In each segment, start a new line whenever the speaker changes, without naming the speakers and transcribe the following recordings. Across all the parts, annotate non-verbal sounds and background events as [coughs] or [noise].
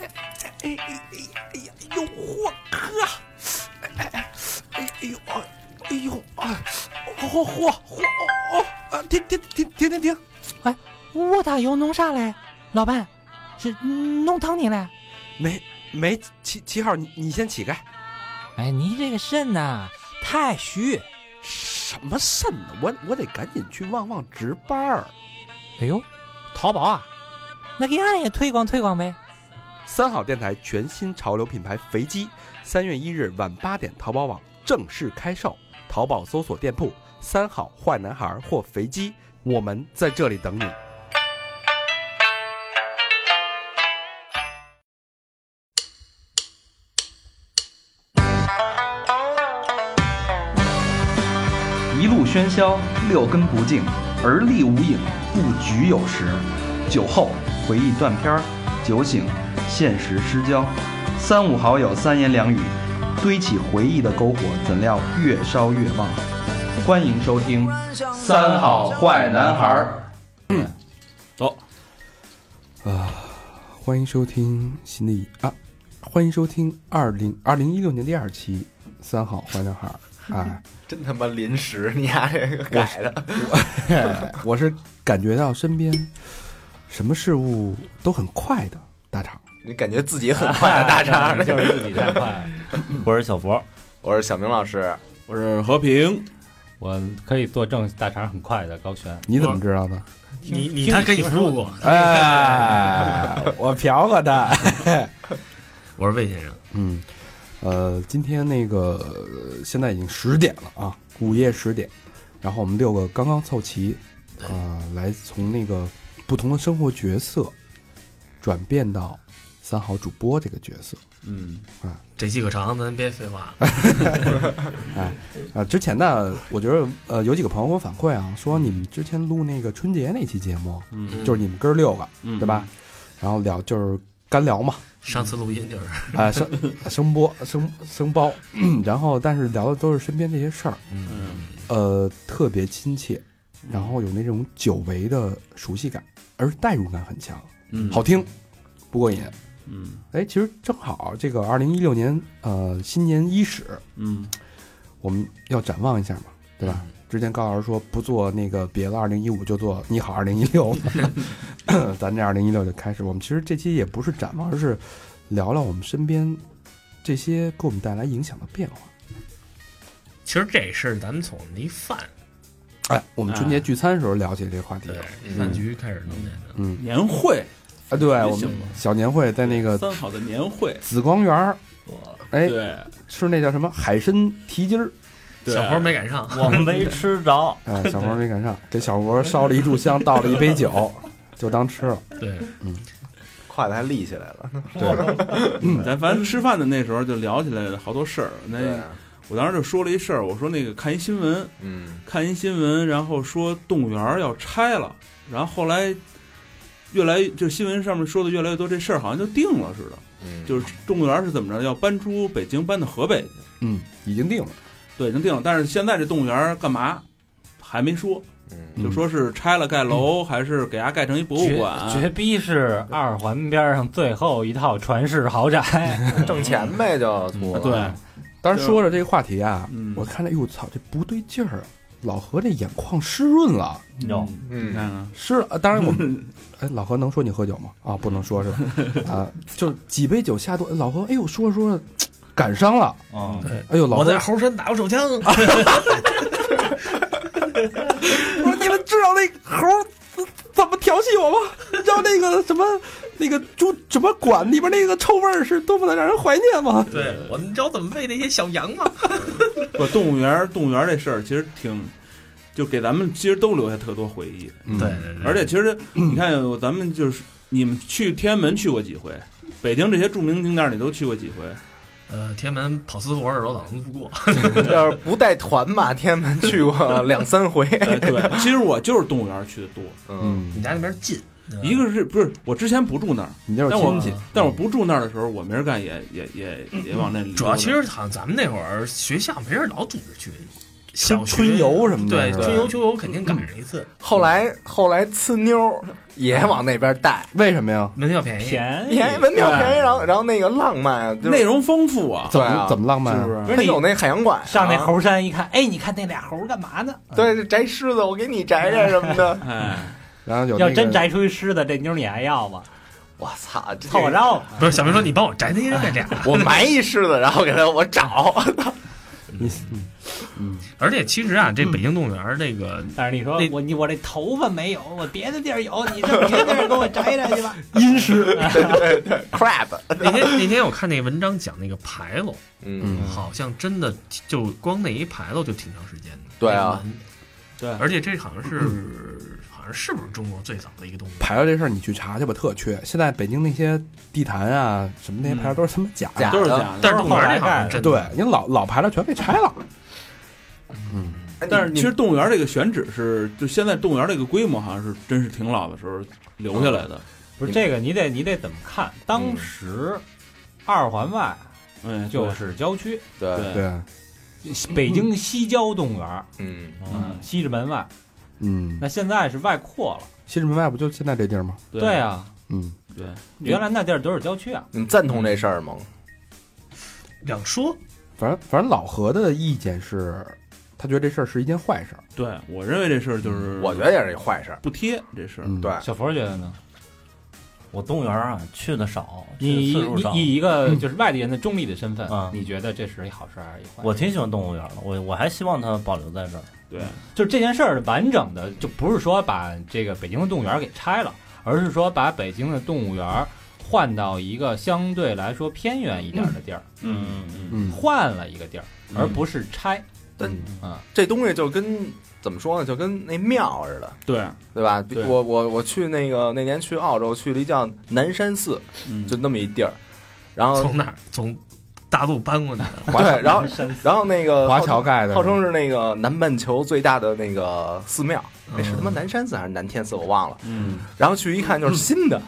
哎哎哎呀，哎呦嚯呵，哎哎哎哎呦啊，哎呦啊，嚯嚯嚯哦哦啊！停停停停停停！
哎，我打油弄啥嘞？老板，是弄疼你嘞？
没没，七七号，你你先起开。
哎，你这个肾呐，太虚。
什么肾呢？我我得赶紧去旺旺值班儿。
哎呦，淘宝啊，那给俺也推广推广呗。
三好电台全新潮流品牌肥鸡，三月一日晚八点，淘宝网正式开售。淘宝搜索店铺“三好坏男孩”或“肥鸡”，我们在这里等你。
一路喧嚣，六根不净，而立无影，不局有时。酒后回忆断片儿，酒醒现实失焦。三五好友三言两语，堆起回忆的篝火，怎料越烧越旺。欢迎收听《三好坏男孩》。
啊欢迎收听新的一啊，欢迎收听二零二零一六年第二期《三好坏男孩》啊，
真他妈临时，你丫这个改的，
[laughs] 我是感觉到身边什么事物都很快的大厂，
[laughs] 你感觉自己很快啊，大肠。
就是自己太快。我是小佛，
我是小明老师，
我是和平，
我可以作证大肠很快的高轩。
你怎么知道的？
你你他跟你服务过？
哎， [laughs] 我嫖过他。
[laughs] 我是魏先生，
嗯，呃，今天那个呃现在已经十点了啊，午夜十点，然后我们六个刚刚凑齐，啊、来从那个不同的生活角色转变到三好主播这个角色
嗯，
这期可长，咱别废话。 [laughs]
啊、之前呢，我觉得呃有几个朋友给我反馈啊，说你们之前录那个春节那期节目，
嗯
就是你们哥儿六个，
嗯
对吧？然后聊就是干聊嘛，
上次录音就是，
啊、生 [laughs] 生播生生包， [clears throat] 然后但是聊的都是身边这些事儿，
嗯，
呃，特别亲切，然后有那种久违的熟悉感，而代入感很强，
嗯
好，听，不过瘾。
嗯
哎，其实正好这个二零一六年，呃，新年伊始，
嗯
我们要展望一下嘛，对
嗯
吧？之前高老师说不做那个别的二零一五，就做你好二零一六， [clears throat] 咱这二零一六就开始。我们其实这期也不是展望，而是聊聊我们身边这些给我们带来影响的变化。
其实这事儿咱们从一饭啊
哎，我们春节聚餐的时候聊起这个话题
对
了，
饭局开始弄的，
嗯，
年会，
啊，对
也
我们
行吧
小年会在那
呃
个
三好的年会，
紫光园儿，哎，
对，
吃那叫什么海参蹄筋儿，
对
小猴没赶上，
我们没吃着。
哎，小佛没赶上，给小佛烧了一炷香，倒了一杯酒，就当吃了。
对，
胯还立起来了。
哎
咱反正吃饭的那时候就聊起来了好多事儿。那
啊
我当时就说了一事儿，我说那个看一新闻，
嗯，
看一新闻，然后说动物园儿要拆了，然后后来越来就新闻上面说的越来越多，这事儿好像就定了似的。
嗯，
就是动物园儿是怎么着，要搬出北京，搬到河北去。
嗯，已经定了。
对，已经定了。但是现在这动物园儿干嘛还没说，
嗯，
就说是拆了盖楼，还是给它盖成一博物
绝
馆？
绝逼是二环边上最后一套传世豪宅。
挣钱呗，就
啊
粗了。
对，
当时说着这个话题啊，
嗯
我看着，哟，操，这不对劲儿啊！老何这眼眶湿润了，
有
你
嗯，
看看，
湿了。啊当然我们， [laughs] 哎，老何能说你喝酒吗？啊，不能说是 [laughs] 吧，啊，就几杯酒下肚，哎老何，哎呦，说着说着，感伤了，
啊
嗯，
哎呦，老
我
何
在猴山打过手
[laughs]
枪，
我说你们知道那猴儿怎怎么调戏我吗？你知道那个什么那个猪什么馆里边那个臭味儿是多么的让人怀念吗？
对我你知道怎么喂那些小羊吗？
不，动物园儿，动物园儿这事儿其实挺，就给咱们其实都留下特多回忆。
嗯
对，对
而且其实你看，咱们就是你们去天安门去过几回，北京这些著名景点儿你都去过几回？
呃，天安门跑私活的时候老能路过，
嗯
要是不带团吧，天安门去过两三回。
哎，对，其实我就是动物园儿去的多。
嗯，
你家那边近，对吧
嗯
一个是不是我之前不住那儿，
你就是
但我
亲戚，
但我不住那儿的时候，我没人干也也也也往那里溜达。
主要其实好像咱们那会儿学校没人老组织去，小学
春游什么的
嗯
对，
是吧
春游秋游肯定赶上一次，
后来后来呲妞儿也往那边带，
为什么呀？
门票便宜。
便宜
你还门票便宜，
哎对
然后然后那个浪漫啊，就是
内容丰富啊，
怎
对啊
么怎么浪漫
是
啊？
不是？。
不是
他
你
有那海洋馆啊，
上那猴山一看，哎，你看那俩猴干嘛呢？
对摘狮子，我给你摘摘什么的
[laughs]
哎，
然后有
要
那
真
个
摘出一狮子，这妞儿你还要吗？
我操，这
凑合着吧。
不是小明说你帮我摘那那俩，
[laughs] 我埋一狮子，然后给他我 [laughs] 找，
你嗯
而且其实啊，这北京动物园儿这 [laughs] 个
但是你说
那
我你我这头发没有，我别的地儿有，你这别的地儿给我摘摘去吧。
阴
嗯
湿，
crap，
那天那天我看那文章讲那个牌楼，
嗯，
好像真的就光那一牌楼就挺长时间的。
对啊
那个门，
对
而且这好像是好像是不是中国最早的一个动物园？
牌子这事儿你去查去吧，特缺。现在北京那些地坛啊什么那些牌子都是他妈假的，
假
哎都是
的
假的。
但是动物园这好像是真的
对，你老老牌子全被拆了。
哎但是其实动物园这个选址是，就现在动物园这个规模好像是真是挺老的时候留下来的。
不是这个，你得你得怎么看？当时二环外
哎，
就
对
是郊区，
对，
对，
对，
北京西郊动物园，
嗯，
嗯
西直门外。
嗯，
那现在是外扩了。
西直门外不就现在这地儿吗？
对，啊，
嗯，
对，
原来那地儿都是郊区啊。
你们赞同这事儿吗？
两说，
反正反正老何的意见是，他觉得这事儿是一件坏事儿。
对我认为这事儿就是，
嗯我觉得也是一坏事儿，
不贴这事儿。
嗯，
对，，
小佛觉得呢？
我动物园啊去的少，
你
去的次数
你
少。
以一个就是外地人的中立的身份
嗯，
你觉得这是一好事还是一坏事？
我挺喜欢动物园的，我我还希望它保留在这儿。
对，
就是这件事儿的完整的，就不是说把这个北京的动物园给拆了，而是说把北京的动物园换到一个相对来说偏远一点的地儿，
嗯嗯
嗯，
换了一个地儿，而不是拆。
但
嗯
这东西就跟怎么说呢，就跟那庙似的，
对，
对吧？
对
我我我去那个那年去澳洲去了一叫南山寺，
嗯，
就那么一地儿，然后
从哪儿从大陆搬过来的？
[laughs] 对，然后然后那个
华
号
侨盖的，
号称是那个南半球最大的那个寺庙，那是
嗯
他妈南山寺还是南天寺，我忘了。
嗯
然后去一看就是新的，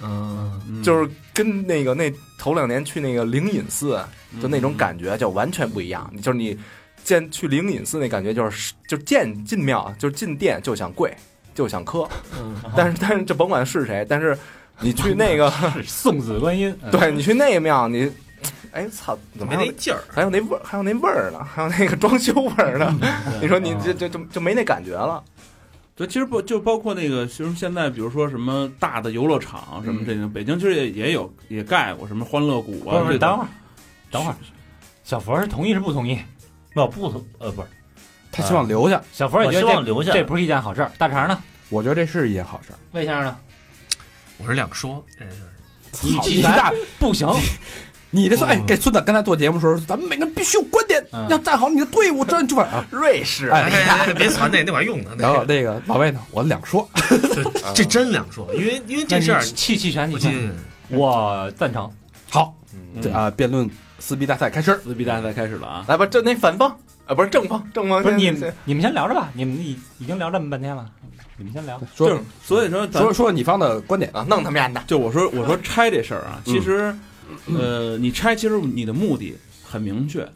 嗯，
嗯
就是跟那个那头两年去那个灵隐寺，
嗯
就那种感觉就完全不一样。就是你见去灵隐寺那感觉就是就见进庙就是进殿就想跪就想磕，
嗯
但是但是就甭管是谁，但是你去那
[laughs]
个
送子观音，嗯，
对你去那个庙你。哎操！怎么
没
还有
那劲儿。
还有那味儿，还有那味儿呢，还有那个装修味儿呢。
嗯
[laughs] 你说你这这就就没那感觉了。
对，其实不就包括那个，其实现在比如说什么大的游乐场什么这些，北京其实也也有也盖过什么欢乐谷啊
不
这
是，等
种。
会儿，等会儿，小佛是同意是不同意？
那我不同呃不是，
他希望留
嗯
下。
小佛也觉
我希望
得
留
这
下
这不是一件好事儿。大肠呢？
我觉得这是一件好事儿。
魏先生呢？
我是两说，真是
你
操
既
你
然
大，
不行，
你这算
嗯
哎，给孙子刚才做节目的时候，咱们每个人必须有观点，
嗯
要站好你的队伍，站就啊。
瑞士，
哎
哎哎哎别传那那玩意儿用的，啊
然后
那
那个老魏呢，我两说，
这这真两说，因为因为这事儿
那你弃弃权，你
我
弃
进
我 [laughs] 赞成。
好，
嗯
这啊，辩论撕逼大赛开始。
撕逼大赛开始了啊！
来吧，这那反方啊，不是正方，正方
不是你
先先
们，你们先聊着吧，你们已已经聊这么半天了，你们先聊。
说
就是所以说咱
说说你方的观点，
啊，弄他们俩的。
就我说我说拆这事儿啊，
嗯
其实，呃，你拆其实你的目的很明确，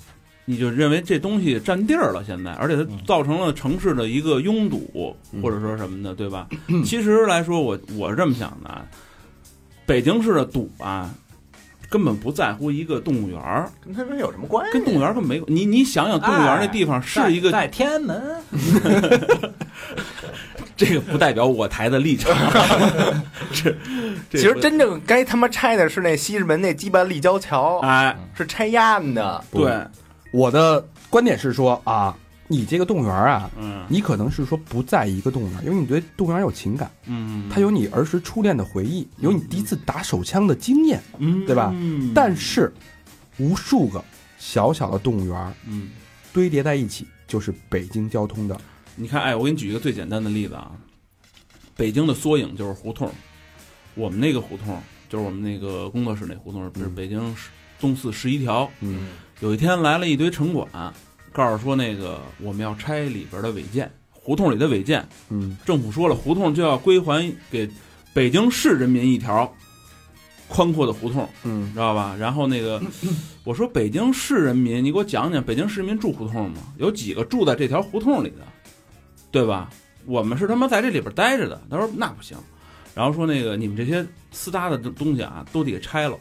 你就认为这东西占地儿了，现在，而且它造成了城市的一个拥堵，
嗯
或者说什么的，对吧？
嗯
其实来说，我我是这么想的，啊，北京市的堵啊，根本不在乎一个动物园儿，
跟他们有什么关系？
跟动物园儿根本没有。你你想想，动物园儿那地方是一个
哎在在天安门，
这个不代表我台的立场， [laughs] 这这
其实
不
真正该他妈拆的是那西直门那鸡巴立交桥，
哎，
是拆压的。
对，
我的观点是说啊，你这个动物园啊，
嗯
你可能是说不在一个动物园，因为你对动物园有情感，
嗯，
它有你儿时初恋的回忆，有你第一次打手枪的经验，
嗯，
对吧
嗯
但是无数个小小的动物园
嗯。
堆叠在一起，就是北京交通的
你看，哎，我给你举一个最简单的例子啊，北京的缩影就是胡同，我们那个胡同就是我们那个工作室那胡同，是
嗯
北京十东四十一条。
嗯，
有一天来了一堆城管，告诉说那个我们要拆里边的违建，胡同里的违建，
嗯
政府说了，胡同就要归还给北京市人民一条。宽阔的胡同，
嗯
你知道吧？然后那个，我说北京市人民，你给我讲讲北京市民住胡同吗？有几个住在这条胡同里的，对吧？我们是他妈在这里边待着的。他说那不行，然后说那个你们这些私搭的东西啊，都得给拆了。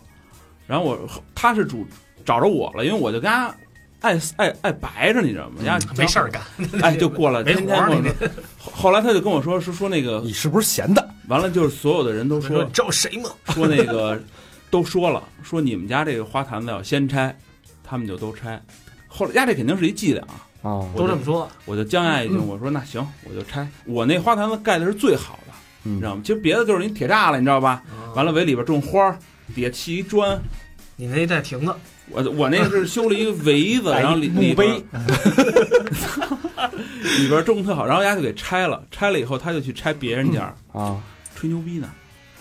然后我他是主找着我了，因为我就跟他爱爱爱白着，你知道吗？人家
嗯没事儿干，
哎，就过来，
没
天天
活儿
跟我
你
说后后来他就跟我说，是说那个
嗯你是不是闲的？
完了，就是所有的人都
说
说
你知道谁吗？
说那个 [laughs] 都说了，说你们家这个花坛子要先拆，他们就都拆。后来家这肯定是一伎俩，
哦，
我
都
就
这么说，
我就将爱一惊，我说那行，我就拆。我那花坛子盖的是最好的，你
嗯
知道吗？其实别的就是你铁栅栏，你知道吧？完
了，
了，围里边种花儿，底下砌一砖。
你那带亭子，
我我那个是修了一个围子，然后里里边 [laughs] 里边种特好，然后人家就给拆了。拆了以后，他就去拆别人家，
啊，
吹牛逼呢，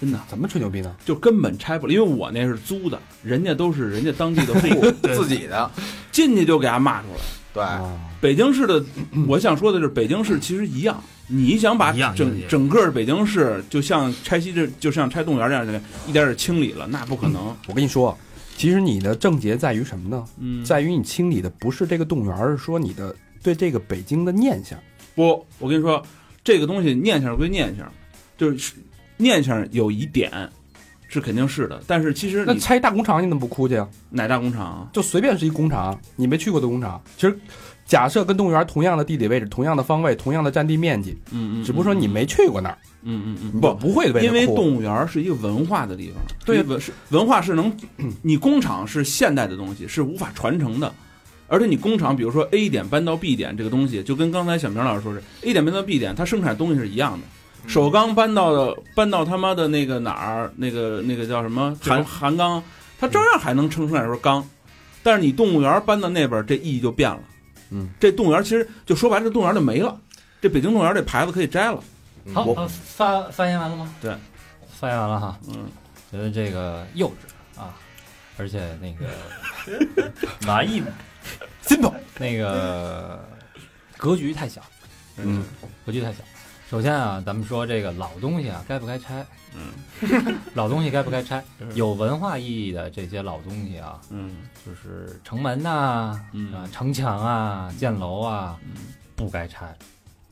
真的。
怎么吹牛逼呢？
就根本拆不了，因为我那是租的，人家都是人家当 [laughs] 地的户，
自己的，
进去就给他骂出来。
对，
啊，
北京市的， [clears throat] 我想说的是，北京市其实一样，你想把
一样一
整
样
整个北京市，就像拆西这，就像拆动物园这样的，一点点清理了，那不可能。
我跟你说，其实你的症结在于什么呢？
嗯，
在于你清理的不是这个动物园，而是说你的对这个北京的念想。
不，我跟你说，这个东西念想归念想，就是念想有一点是肯定是的，但是其实
那
你
拆大工厂你怎么不哭去啊？
哪大工厂啊？
就随便是一工厂，你没去过的工厂，其实假设跟动物园同样的地理位置、同样的方位、同样的占地面积，
嗯嗯，
只不过说你没去过那儿，
嗯嗯嗯
你
嗯
就
不。
不会被它
因为
哭
动物园儿是一个文化的地方，
对
是一个文是文化是能， [clears throat] 你工厂是现代的东西，是无法传承的。而且你工厂，比如说 A 点搬到 B 点这个东西，就跟刚才小明老师说是 A 点搬到 B 点，它生产的东西是一样的。
嗯
首钢搬到的搬到他妈的那个哪儿，那个那个叫什么韩韩钢，它照样还能生出来说钢，但是你动物园搬到那边儿，这意义就变了。
嗯，
这动物园其实就说白了，这动物园就没了，这北京动物园这牌子可以摘了。
嗯
好，呃发发言完了吗？
对，
发言完了哈。
嗯，
觉得这个幼稚啊，而且那
[laughs]
个
拿一
simple，
那个格局太小，
嗯，
格局太小。首先啊，咱们说这个老东西啊，该不该拆？嗯， [laughs] 老东西该不该拆？有文化意义的这些老东西啊，
嗯。
就是城门呐、
嗯
啊，城墙啊，建楼啊，
嗯
不该拆，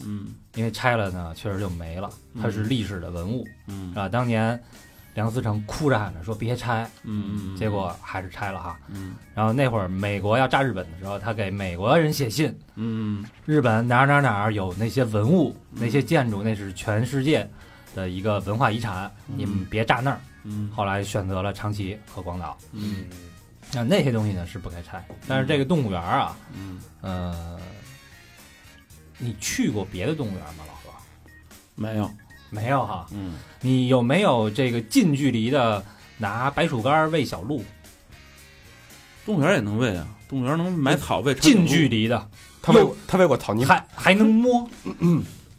嗯
因为拆了呢，确实就没了，它是历史的文物、
嗯
啊。当年梁思成哭着喊着说别拆，
嗯，
结果还是拆了哈。
嗯
然后那会儿美国要炸日本的时候，他给美国人写信，
嗯
日本哪儿哪儿哪儿有那些文物、
嗯
那些建筑，那是全世界的一个文化遗产，
嗯
你们别炸那儿。
嗯
后来选择了长崎和广岛，
嗯
那那些东西呢是不该拆。但是这个动物园儿啊，
嗯
呃，你去过别的动物园吗，老何？
没有
没有哈。
嗯
你有没有这个近距离的拿白薯干喂小鹿？
动物园也能喂啊，动物园能买草喂，
近距离的，
他为
又
我他为我草泥马，
还还能摸，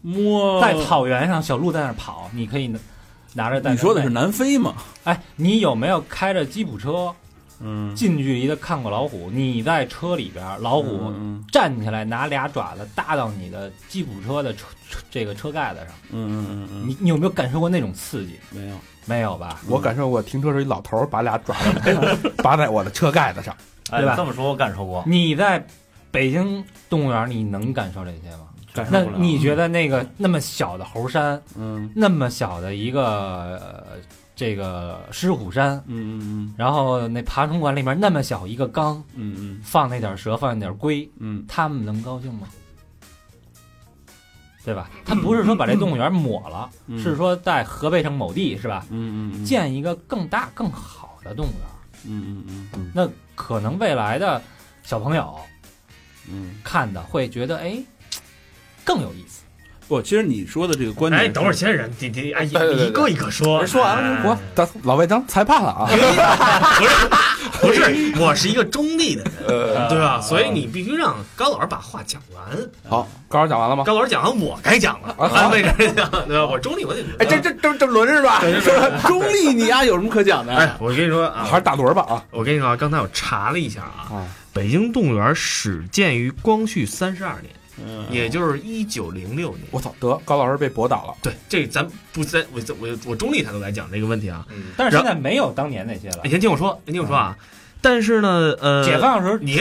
摸
在。草原上小鹿在那儿跑，你可以拿拿着带。
你说的是？南非吗？
哎，你有没有开着吉普车
嗯，
近距离的看过老虎？你在车里边，老虎
嗯
站起来拿俩爪子搭到你的吉普车的车车这个车盖子上，
嗯嗯嗯，
你你有没有感受过那种刺激？
没有
没有吧？
我感受过停车时候一老头儿把俩爪子拔在我的车盖子上，
哎
对吧，
这么说我感受过，
你在北京动物园，你能感受这些吗？
感
那
受不了。
你觉得那个那么小的猴山，
嗯
那么小的一个、呃、这个狮虎山，
嗯嗯
然后那爬虫馆里面那么小一个缸，
嗯
放那点蛇，放那点龟，
嗯
他们能高兴吗？对吧？他不是说把这动物园抹了，
嗯，
是说在河北省某地是吧，
嗯嗯
建一个更大更好的动物园，
嗯嗯嗯
那可能未来的小朋友
嗯，
看的会觉得哎更有意思。
不，其实你说的这个观点，
哎，等会儿，先忍，你你哎，
对对对
一个一个说，哎
人说完
嗯
了
我当老魏当裁判了啊，
不是，我是一个中立的人，
呃，
对吧？所以你必须让高老师把话讲完。
好，高老师讲完了吗？
高老师讲完，我该讲了，
嗯
啊好
安慰该讲，对吧？我中立，我得。
哎，这这这这轮是吧？
[laughs]
中立，你丫有什么可讲
[laughs]
的？
哎，我跟你说
还
啊
是，大轮儿吧啊，
我跟你说啊，刚才我查了一下啊，
啊
北京动物园始建于光绪三十二年，
嗯
也就是一九零六年。
我操，得高老师被驳倒了。
对，这咱不咱我我我中立态度来讲这个问题啊。
但是现在没有当年那些了
啊
你。先听我说，你听我说啊。但是呢，呃，
解放的时候
你，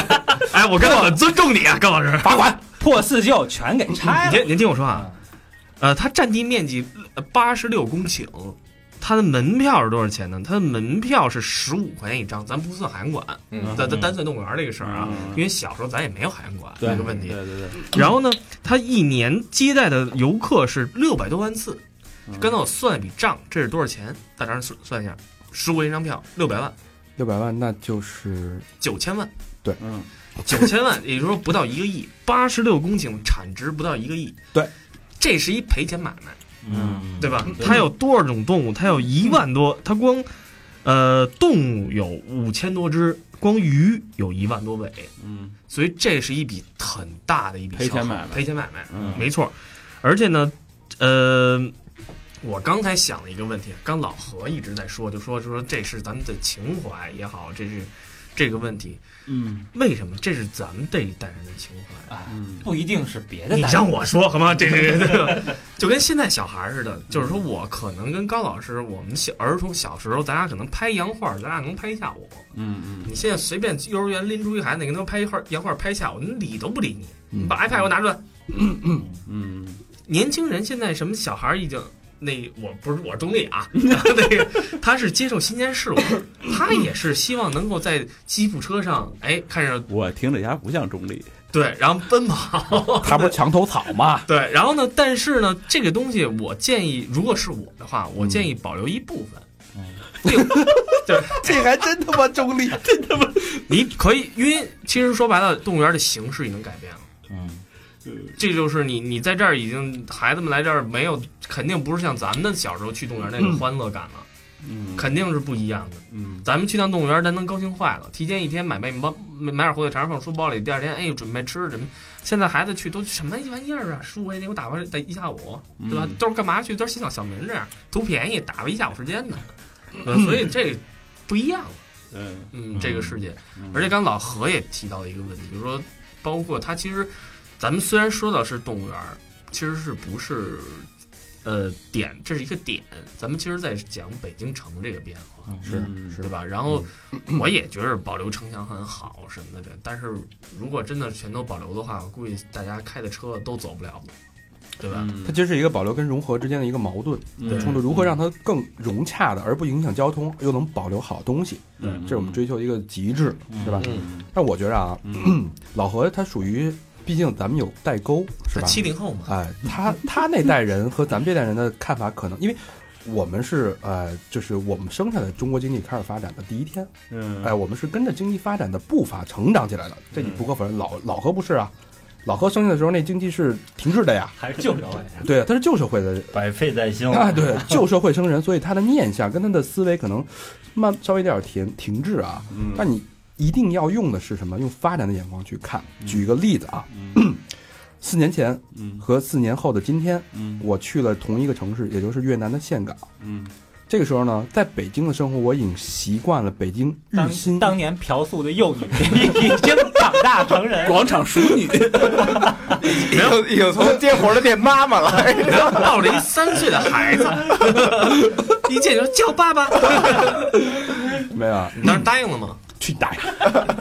[laughs] 哎，我跟我很尊重你啊，高老师。
罚
[laughs]
款破四旧全给拆了。
您听您听我说
嗯
啊，呃，它占地面积呃八十六公顷，它的门票是多少钱呢？它的门票是十五块钱一张，咱不算海洋馆，
嗯
咱咱单算动物园这个事儿啊，
嗯
因为小时候咱也没有海洋馆
对
这个问题。
对对对，
然后呢，它一年接待的游客是六百多万次。
嗯
刚才我算了一笔账，这是多少钱？大家算算一下，十五一张票，六百万，
六百万，那就是
九千万，
嗯，
九千万，也就是说不到一个亿，八十六公顷产值不到一个亿。
对，
这是一赔钱买卖。
嗯，
对吧？它有多少种动物？它有一万多，它光呃动物有五千多只，光鱼有一万多尾，
嗯，
所以这是一笔很大的一笔
赔钱
消耗
买卖
赔钱买卖，
嗯
没错。而且呢，呃，我刚才想了一个问题，刚老何一直在说，就说就说这是咱们的情怀也好，这是这个问题，
嗯
为什么这是咱们这一代人的情怀？
嗯
不一定是别的
你
单位，
让我说好吗？这这这，就跟现在小孩儿似的，就是说我可能跟高老师，我们小儿童小时候，咱俩可能拍洋画，咱俩能拍一下午。
嗯
你现在随便幼儿园拎出一孩子，你跟他拍一画洋画拍一下午，你理都不理你，你把 iPad 给我拿出来。
嗯
年轻人现在什么小孩儿已经。那我不是我中立 [laughs] 啊，那个他是接受新鲜事物，他也是希望能够在吉普车上，哎，看着
我听着家不像中立，
对，然后奔跑，
[laughs] 他不是墙头草吗？
对，然后呢？但是呢，这个东西我建议，如果是我的话，我建议保留一部分。
[laughs] 这还真他妈中 [laughs] 立。
你可以，因为其实说白了，动物园的形式已经改变了。嗯，这就是你你在这儿已经孩子们来这儿没有，肯定不是像咱们小时候去动物园那种欢乐感了，
嗯
肯定是不一样的。
嗯
咱们去趟动物园，咱能高兴坏了，提前一天买面包，买买点火腿肠放书包里，第二天哎准备吃什么？现在孩子去都什么玩意儿啊？十五块钱给我打发得一下午，
嗯
对吧？都是干嘛去？都是小小明这样图便宜，打发一下午时间呢。呃所以这不一样了，
嗯，
嗯，这个世界。而且刚老何也提到了一个问题，就是说，包括他其实，咱们虽然说到是动物园儿，其实是不是呃点，这是一个点。咱们其实在讲北京城这个变化，
是
是
对吧？然后我也觉得保留城墙很好什么的，但是如果真的全都保留的话，我估计大家开的车都走不了路，对
嗯
吧？
它其实是一个保留跟融合之间的一个矛盾冲突，如何让它更融洽的，而不影响交通，又能保留好东西，
嗯
这是我们追求的一个极致，对吧？
嗯，
但我觉着啊， [clears throat]
嗯
老何他属于，毕竟咱们有代沟，是
是
吧？
七零后嘛，
哎，他他那代人和咱们这代人的看法可能，因为我们是呃，就是我们生下来中国经济开始发展的第一天，
嗯
哎，我们是跟着经济发展的步伐成长起来的，这你不可否认。老老何不是啊，老何生下的时候那经济是停滞的呀，
还是旧社会。
[laughs] 对，啊他是旧社会的
百废待兴，
啊， [laughs] 对，旧社会生人，所以他的念想跟他的思维可能慢稍微有点停停滞啊。
嗯
但你一定要用的是什么？用发展的眼光去看。举一个例子啊， [clears throat] 四年前
嗯
和四年后的今天，
嗯
我去了同一个城市，也就是越南的岘港。
嗯
这个时候呢，在北京的生活，我已经习惯了北京日
当
新
当年嫖宿的幼女已经长大成
[laughs]
人，
广场淑女，
已经已经从接活的变妈妈了。
[laughs] 抱着一三岁的孩子，一见就说叫爸爸，
没有啊，
你当时答应了吗？
去打。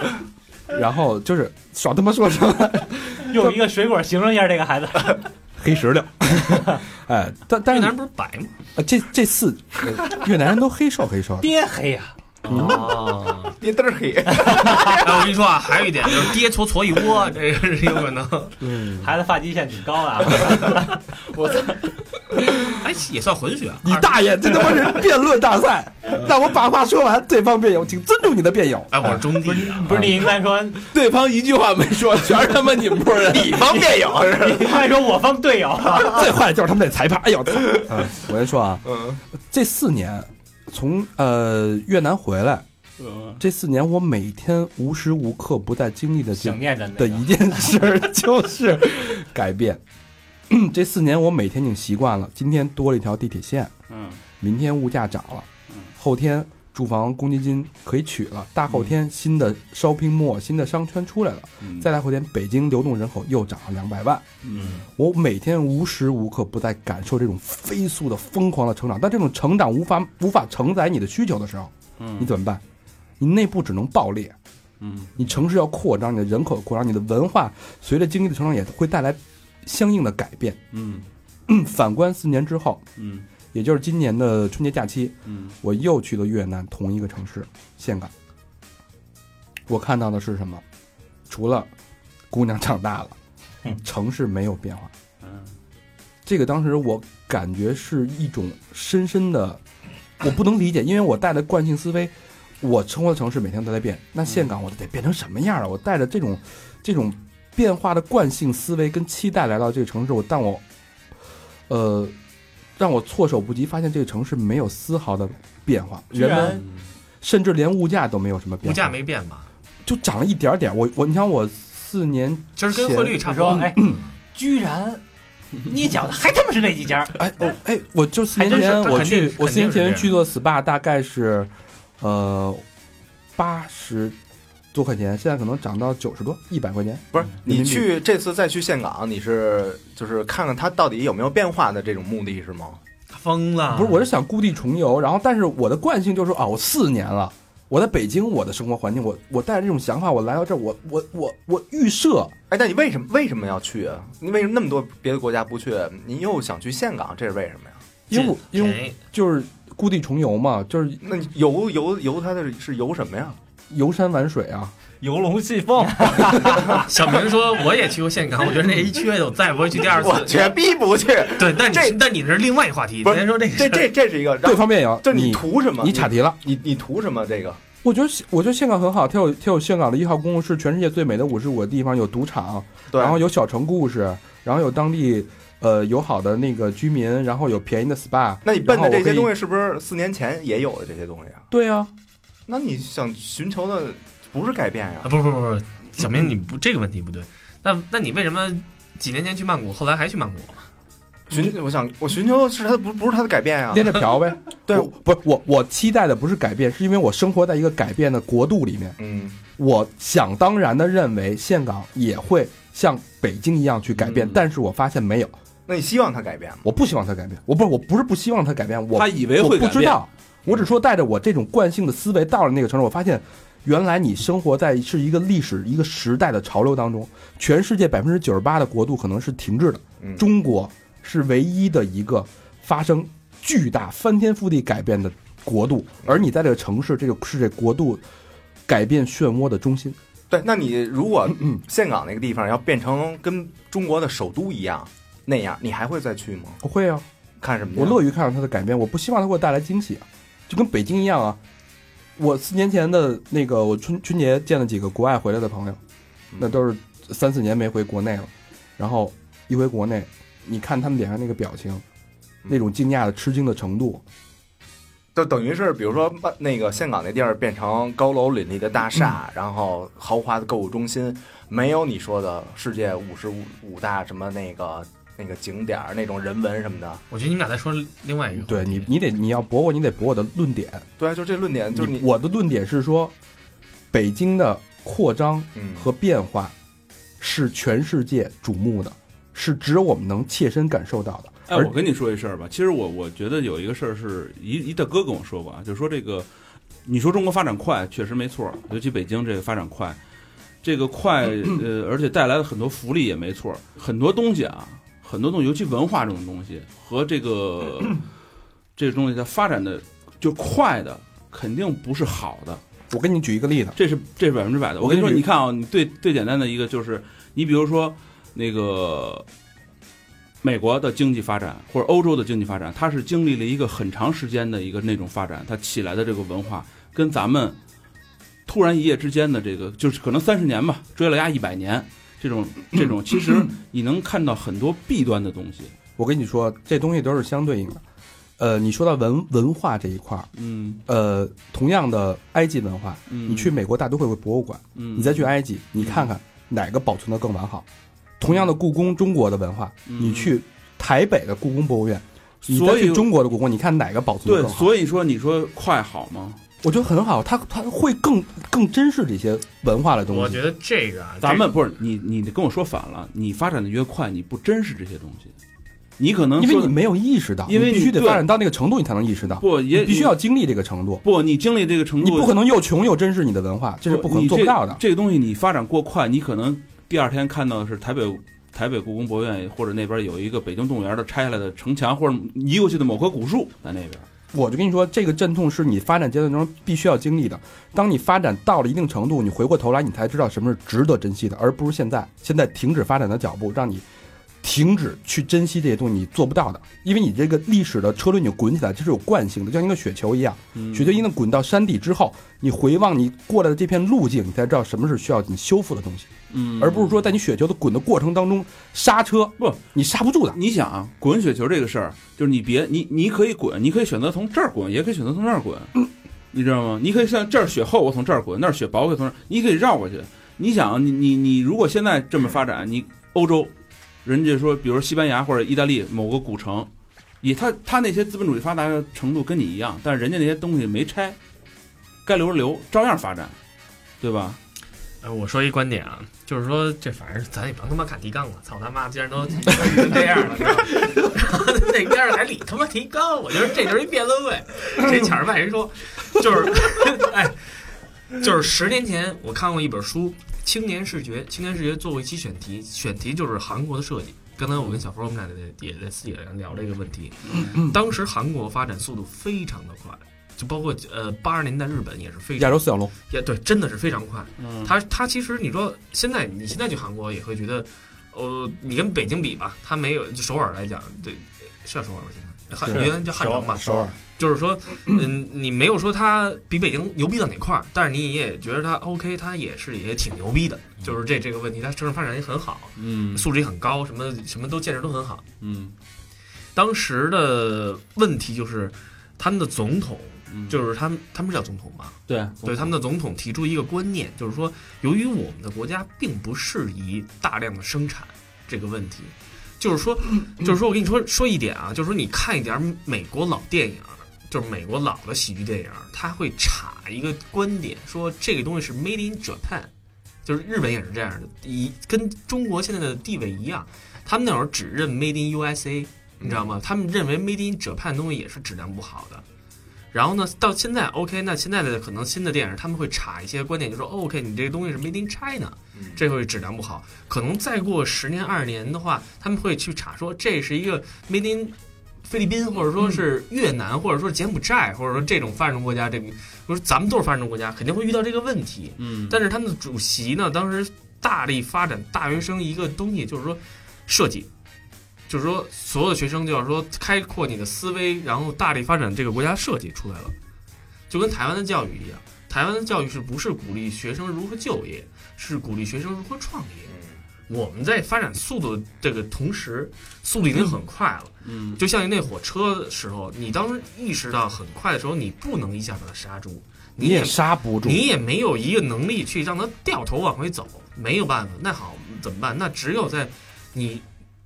[laughs] 然后就是少他妈说什
[laughs]
么。
用一个水果形容一下这个孩子，
黑石榴， [laughs] 哎，但但
越
是
南不是白吗？
呃这这次、呃越南人都黑瘦黑
[laughs]
瘦，
爹黑呀、
哦。
你嘚儿黑，
[laughs] 哎，我跟你说啊，还有一点就是爹搓搓一窝，这个是有可能，
孩子发际线挺高的啊，
哎，也算混血啊。
你大爷，这他妈是辩论大
[laughs]
赛，让我把话说完，对方辩友，请尊重你的辩友。
哎，我是中弟啊，
不是你应该
[laughs]
说，
对方一句话没说， [laughs] 全是他妈你们
[laughs]
部人，
你方便有
你应该说我方队友啊，
最坏的就是他们这裁判，哎呦，操嗯， [laughs] 我跟你说啊，
嗯，
这四年从呃越南回来，
嗯
这四年我每天无时无刻不在经历的这
想念着那
的
个
一件事儿 [laughs] 就是改变。这四年我每天已经习惯了，今天多了一条地铁线，
嗯
明天物价涨了
嗯，
后天住房公积金可以取了，大后天新的 shopping mall、新的商圈出来了，
嗯
再大后天北京流动人口又涨了两百万。
嗯，
我每天无时无刻不在感受这种飞速的疯狂的成长，但这种成长无法无法承载你的需求的时候，
嗯
你怎么办？你内部只能爆裂，
嗯
你城市要扩张，你的人口扩张，你的文化随着经济的成长也会带来相应的改变。
嗯
反观四年之后，
嗯
也就是今年的春节假期，
嗯
我又去了越南同一个城市岘港，我看到的是什么？除了姑娘长大了，城市没有变化。
嗯
这个当时我感觉是一种深深的，我不能理解，因为我带着惯性思维，我生活的城市每天都在变，那岘港我得变成什么样啊？我带着这种这种变化的惯性思维跟期待来到这个城市，我但我呃让我措手不及，发现这个城市没有丝毫的变化，
居
原来
然
甚至连物价都没有什么变化，
物价没变吧？
就涨了一点点。我我你想我四年
其实跟汇率差
他
不多
说，。哎，居
[laughs]
然你讲的还他妈是那几家，
哎，我哎，我就四年
还真
前
是
我
肯定
去，我
肯定是
四年
这
前
样
去做 SPA，大概是呃八十多块钱，现在可能涨到九十多、一百块钱。
不是
人民
你
币
去这次再去岘港，你是就是看看它到底有没有变化的这种目的是吗？
疯了！
不是，我是想故地重游，然后但是我的惯性就是说啊，我四年了，我在北京，我的生活环境，我我带着这种想法，我来到这儿，我我我我预设，
哎，那你为什么为什么要去啊？你为什么那么多别的国家不去？啊你又想去岘港，这是为什么呀？
因为我因为
为
就是故地重游嘛，就是
那你游游游它的是游什么呀？
游山玩水啊。
游龙戏凤，
哎小明说我也去过岘港，我觉得那一去我再也不会去第二
我
次。
绝逼不
[laughs]
去。
对，但
这
你但你这是另外一话题，
不是
别说这个事
这
儿
这这是一个，然
对
后
方面有，
就是你
你
图什么？
你岔题了。
你你图什么？这个
我觉得我觉得岘港很好，它有它有岘港的一号公路是全世界最美的五十五个地方，有赌场，
对，
然后有小城故事，然后有当地呃友好的那个居民，然后有便宜的 SPA。
那你奔的这些东
西，
西是不是四年前也有的这些东西啊？
对啊，
那你想寻求的不是改变呀
啊，？不不不不，小明你不这个问题不对。那那你为什么几年前去曼谷，后来还去曼谷？
寻我想我寻求的是它不不是它的改变呀？
连着嫖呗。
[laughs] 对
我，不是我我期待的不是改变，是因为我生活在一个改变的国度里面，
嗯，
我想当然的认为岘港也会像北京一样去改变，
嗯
但是我发现没有，
那你希望它改变吗？
我不希望它改变，我不是我不是不希望它改变，我
他以为
我
会
不
改
知
变，
道，我只说带着我这种惯性的思维到了那个城市，我发现原来你生活在是一个历史、一个时代的潮流当中。全世界百分之九十八的国度可能是停滞的，
嗯，
中国是唯一的一个发生巨大翻天覆地改变的国度，而你在这个城市，这个是这国度改变漩涡的中心。
对，那你如果
嗯
岘港那个地方要变成跟中国的首都一样那样，你还会再去吗？
我会啊，
看什么呀？
我乐于看到它的改变，我不希望它给我带来惊喜啊，就跟北京一样啊。我四年前的那个，我春春节见了几个国外回来的朋友，那都是三四年没回国内了，然后一回国内，你看他们脸上那个表情，那种惊讶的、吃惊的程度，
就等于是，比如说把那个岘港那地儿变成高楼林立的大厦，然后豪华的购物中心，没有你说的世界五十五五大什么那个那个景点儿那种人文什么的。
我觉得你们俩在说另外一个话题。
对你，你得你要驳我，你得驳我的论点。
对啊，就这论点，就是
你
你，
我的论点是说，北京的扩张
嗯，
和变化是全世界瞩目的，是只有我们能切身感受到的。
哎，
而
我跟你说一事儿吧，其实我我觉得有一个事儿是一一大哥跟我说过啊，就是说这个，你说中国发展快，确实没错儿，尤其北京这个发展快，这个快呃，而且带来了很多福利也没错儿，很多东西啊，很多东西，尤其文化这种东西和这个这东西它发展的就快的。肯定不是好的，
我给你举一个例子，
这是这是百分之百的。我跟你
我
说，
跟你
你看啊，你最最简单的一个就是，你比如说那个美国的经济发展或者欧洲的经济发展，它是经历了一个很长时间的一个那种发展，它起来的这个文化跟咱们突然一夜之间的这个，就是可能三十年吧，追 [laughs] 了压一百年。这种这种，其实你能看到很多弊端的东西。
我跟你说，这东西都是相对应的。呃，你说到文文化这一块儿，
嗯
呃，同样的埃及文化，
嗯，
你去美国大都会博物馆，
嗯，
你再去埃及，你看看哪个保存的更完好。同样的故宫，中国的文化，
嗯
你去台北的故宫博物院，你再
所以
去中国的故宫，你看哪个保存的
对，
更好？
所以说你说快好吗？
我觉得很好，它它会更更珍视这些文化的东西。
我觉得这个啊，
咱们不是你，你跟我说反了。你发展的越快，你不珍视这些东西，你可能
因为
说
你没有意识到，
因为
你必
你
须得
对
发展到那个程度，你才能意识到，
不也
你必须要经历这个程度。
不，你经历这个程
你
度，
不可能又穷又珍视你的文化，这是不可能
你
做不到的。
这个东西你发展过快，你可能第二天看到的是台北台北故宫博物院或者那边有一个北京动物园的拆下来的城墙，或者移过去的某棵古树在那边。
我就跟你说，这个阵痛是你发展阶段中必须要经历的。当你发展到了一定程度，你回过头来，你才知道什么是值得珍惜的，而不是现在现在停止发展的脚步，让你停止去珍惜这些东西，你做不到的。因为你这个历史的车轮你滚起来，这是有惯性的，就像一个雪球一样。
嗯
雪球一旦滚到山地之后，你回望你过来的这片路径，你才知道什么是需要你修复的东西，
嗯，
而不是说在你雪球的滚的过程当中刹车，
不，
你刹不住的。
你想啊，滚雪球这个事儿，就是你别你你可以滚，你可以选择从这儿滚，也可以选择从那儿滚，你知道吗？你可以像这儿雪厚，我从这儿滚；那儿雪薄，我可以从这儿，你可以绕过去。你想啊，你你你如果现在这么发展，你欧洲，人家说，比如西班牙或者意大利某个古城，以他他那些资本主义发达的程度跟你一样，但是人家那些东西没拆，该留着留，照样发展，对吧？
呃，我说一观点啊，就是说这反正咱也甭他妈看提纲了，操他妈，既然都 [laughs] 已经这样了，是吧然后那边还理他妈提纲，我觉得这就是一辩论会。这抢着外人说，就是哎，就是十年前我看过一本书《青年视觉》，《青年视觉》做过一期选题，选题就是韩国的设计。刚才我跟小峰我们俩也也在私底下聊这个问题，当时韩国发展速度非常的快，就包括呃八十年代日本也是非常
亚洲四小龙，
也对，真的是非常快。
嗯
他他其实你说现在你现在去韩国也会觉得，呃，你跟北京比吧，他没有就首尔来讲，对，是叫首尔吧？现在汉原来叫汉城吧，
首尔
就是说，嗯，你没有说他比北京牛逼到哪块儿，但是你也觉得他 OK，他也是也挺牛逼的，就是这这个问题，他城市发展也很好，
嗯
素质也很高，什么什么都建设都很好。
嗯，
当时的问题就是，他们的总统
嗯
就是他们他们是叫总统吧？
对
对他们的总统提出一个观念，就是说，由于我们的国家并不适宜大量的生产这个问题，就是说，就是说我跟你说说一点啊，就是说你看一点美国老电影，就是美国老的喜剧电影，他会插一个观点，说这个东西是 made in Japan，就是日本也是这样的，一跟中国现在的地位一样，他们那会儿只认 made in USA，你知道吗？他们认为 made in Japan 的东西也是质量不好的。然后呢，到现在 OK，那现在的可能新的电影他们会查一些观点，就说哦 OK，你这个东西是 Made in China，这
嗯
会质量不好。可能再过十年二十年的话，他们会去查说这是一个 Made in 菲律宾，或者说是越南，或者说是柬埔寨，或者说这种发展中国家，这个我说咱们都是发展中国家，肯定会遇到这个问题。
嗯，
但是他们的主席呢，当时大力发展大学生一个东西，就是说设计，就是说所有的学生就要说开阔你的思维，然后大力发展这个国家设计出来了，就跟台湾的教育一样，台湾的教育是不是鼓励学生如何就业，是鼓励学生如何创业？我们在发展速度的这个同时，速度已经很快了。
嗯
就像你那火车的时候，你当时意识到很快的时候，你不能一下把它刹住，你也
刹不住
你也没有一个能力去让他掉头往回走，没有办法。那好，怎么办？那只有在你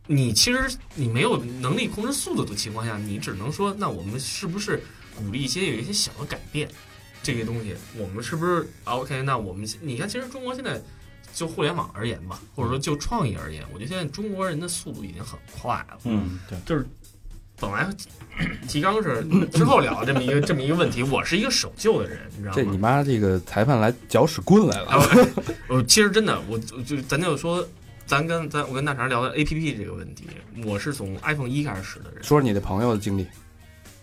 你其实你没有能力控制速度的情况下，你只能说，那我们是不是鼓励一些有一些小的改变？这个东西，我们是不是呃 OK？那我们你看，其实中国现在就互联网而言吧，或者说就创意而言，我觉得现在中国人的速度已经很快了。
嗯，对，
本来提纲是 [coughs] 之后聊这么一个这么一个问题，我是一个守旧的人，你知道吗？
这你妈这个裁判来搅屎棍来了，
我呃其实真的，我就就咱就说，咱跟咱我跟大肠聊的 A P P 这个问题，我是从 iPhone 一开始使的人
说说你的朋友的经历。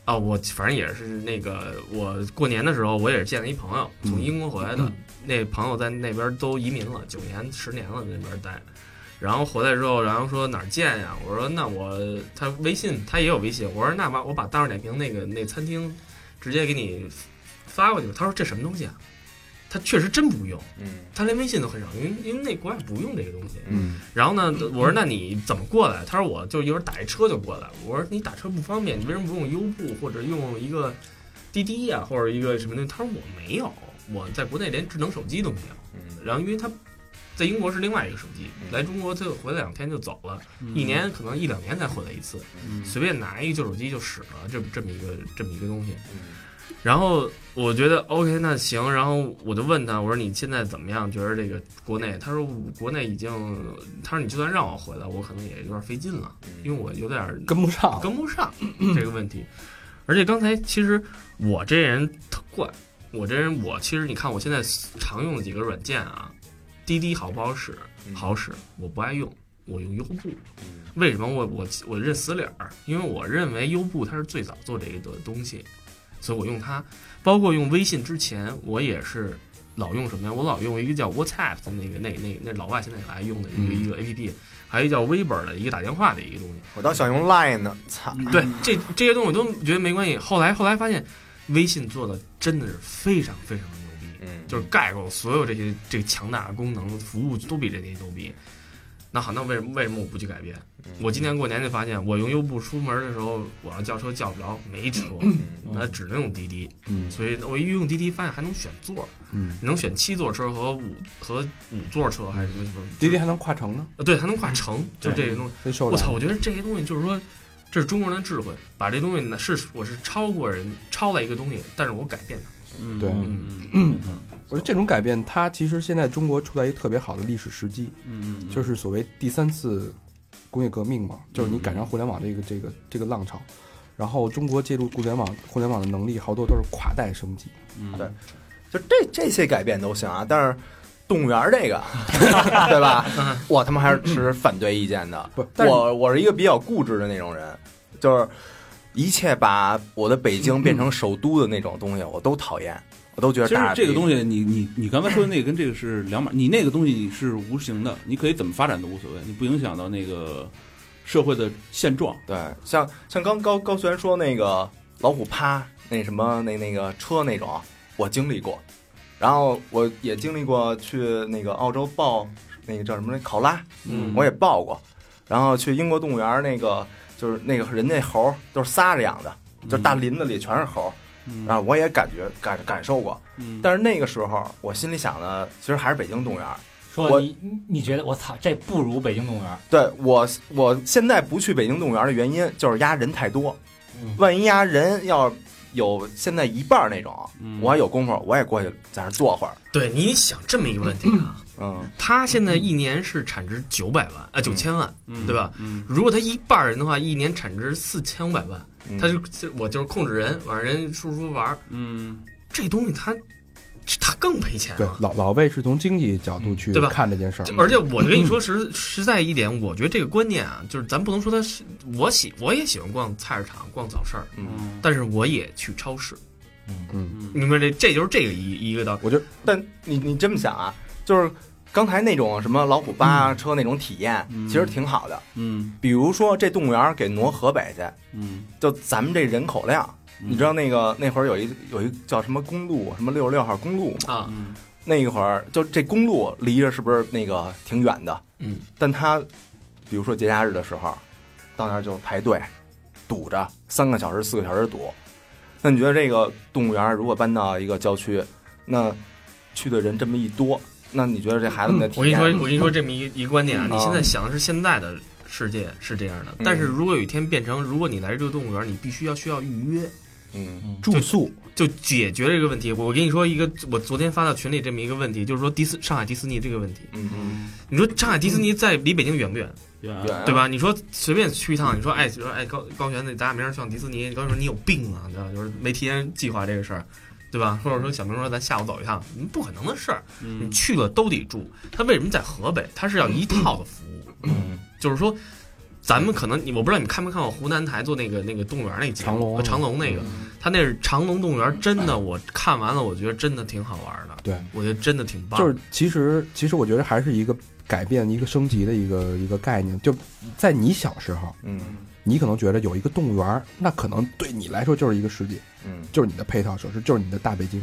啊、我反正也是那个，我过年的时候我也是见了一朋友，从英国回来的，那朋友在那边都移民了，九年十年了在那边待。然后回来之后，然后说哪儿见呀？我说那我他微信他也有微信，我说那把我把大众点评那个那餐厅直接给你发过去吧。他说这什么东西啊？他确实真不用，
嗯，
他连微信都很少，因为因为那国外不用这个东西。
嗯，
然后呢，我说那你怎么过来？他说我就一会儿打一车就过来。我说你打车不方便，你为什么不用优步或者用一个滴滴呀、或者一个什么东西？他说我没有，我在国内连智能手机都没有。
嗯
然后因为他在英国是另外一个手机，来中国他就回来两天就走了，
嗯
一年可能一两年才回来一次，随便拿一个旧手机就使了这这么一个这么一个东西。然后我觉得 OK，那行。然后我就问他，我说你现在怎么样？觉得这个国内？他说我国内已经，他说你就算让我回来，我可能也有点费劲了，因为我有点儿
跟不上，
跟不上这个问题。而且刚才其实我这人特怪，我这人我其实你看我现在常用的几个软件啊，滴滴好不好使？
嗯
好使，我不爱用，我用优步。为什么我我我认死理儿？因为我认为优步它是最早做这个的东西，所以我用它。包括用微信之前，我也是老用什么呀？我老用一个叫 WhatsApp 的那个那那那老外现在也爱用的一个一个 APP，还有一个叫 Viber 的一个打电话的一个东西。
我倒想用 Line 呢，操！
对，这这些东西我都觉得没关系。后来后来发现，微信做的真的是非常非常牛逼，
嗯，
就是概括所有这些这个强大的功能服务都比这些牛逼。那好，那为什么为什么我不去改变？我今年过年就发现，我用优步出门的时候，我要叫车叫不着，没车，那只能用滴滴。
嗯
所以我一用滴滴发现还能选座，
嗯，
能选七座车和五和五座车还是什么什么？
滴滴还能跨城呢，
呃对，还能跨城，就这些东西。
真受
我
不
操！
了。
我觉得这些东西就是说，这是中国人的智慧，把这东西呢是我是超过人，超了一个东西，但是我改变它。
嗯
对
嗯
我觉得这种改变，它其实现在中国处在一个特别好的历史时机，
嗯嗯，
就是所谓第三次工业革命嘛，就是你赶上互联网这个这个这个浪潮，然后中国借助互联网互联网的能力，好多都是跨代升级。
嗯
对就这这些改变都行啊，但是动物园这个， [laughs] 对吧？
[laughs]
我他妈还是持反对意见的。
不，但是
我我是一个比较固执的那种人，就是一切把我的北京变成首都的那种东西，我都讨厌，我都觉得
嗯其实
大
这个
西
东西，你你你刚才说的那个跟这个是两码，你那个东西是无形的，你可以怎么发展都无所谓，你不影响到那个社会的现状。
对，像像刚高高璇说那个老虎趴那什么那那个车那种，我经历过，然后我也经历过去那个澳洲报那个叫什么来考拉，
嗯
我也报过，然后去英国动物园那个就是那个人家猴儿都是仨着养的，就是大林子里全是猴儿，
嗯
然后我也感觉感感受过，
嗯，
但是那个时候我心里想的其实还是北京动物园，
说你你你觉得我操，这不如北京动物园，
对我，我现在不去北京动物园的原因就是压人太多，万一压人要有现在一半儿那种，
嗯
我还有功夫我也过去在那儿坐会儿。
对，你想这么一个问题 [laughs] 啊，
嗯，
它现在一年是产值九百万啊，九千万，对吧？
嗯
如果它一半人的话，一年产值四千五百万，
嗯
它就就我就是控制人，晚上人舒舒服服玩儿，
嗯，
这东西它它更赔钱
对
啊。
老老魏是从经济角度去
对吧
看这件事儿
就，而且我跟你说实实在一点，我觉得这个观念啊，就是咱不能说它是我喜我也喜欢逛菜市场、逛早市儿，
嗯
但是我也去超市，
嗯，
嗯
明白这这就是这个一一个道理。
但你你这么想啊，就是刚才那种什么老虎巴车那种体验，
嗯
其实挺好的。
嗯
比如说这动物园给挪河北去，
嗯，
就咱们这人口量，你知道那个那会儿有一有一叫什么公路，什么六十六号公路吗？
啊，
嗯
那一会儿就这公路离着是不是那个挺远的？
嗯，
但他比如说节假日的时候，到那儿就排队堵着三个小时、四个小时堵。那你觉得这个动物园如果搬到一个郊区，那去的人这么一多，那你觉得这孩子们的体
我跟你
验？
说，我跟你说这么一一个观点啊，
嗯
你现在想的是现在的世界是这样的，
嗯
但是如果有一天变成，如果你来这个动物园，你必须要需要预约，
嗯
住宿
就解决这个问题。我跟你说一个，我昨天发到群里这么一个问题，就是说迪斯上海迪士尼这个问题。
嗯嗯，
你说上海迪士尼在离北京远不远，
对
对，啊
对？吧？你说随便去一趟，你说哎，你说哎高高璇，那咱俩明儿上迪士尼，高璇说你有病啊，对吧？就是没提前计划这个事儿。对吧？或者说小明说咱下午走一趟，嗯不可能的事儿。你
嗯
去了都得住。他为什么在河北？他是要一套的服务，就是说，咱们可能你我不知道你看没看过湖南台做那个那个动物园那节目
长隆
呃长隆那个，他那是长隆动物园，真的我看完了，我觉得真的挺好玩的，
对，
我觉得真的挺棒，
就是其实其实我觉得还是一个改变、一个升级的一个一个概念。就在你小时候，
嗯
你可能觉得有一个动物园儿，那可能对你来说就是一个世界，
嗯
就是你的配套设施，就是你的大北京。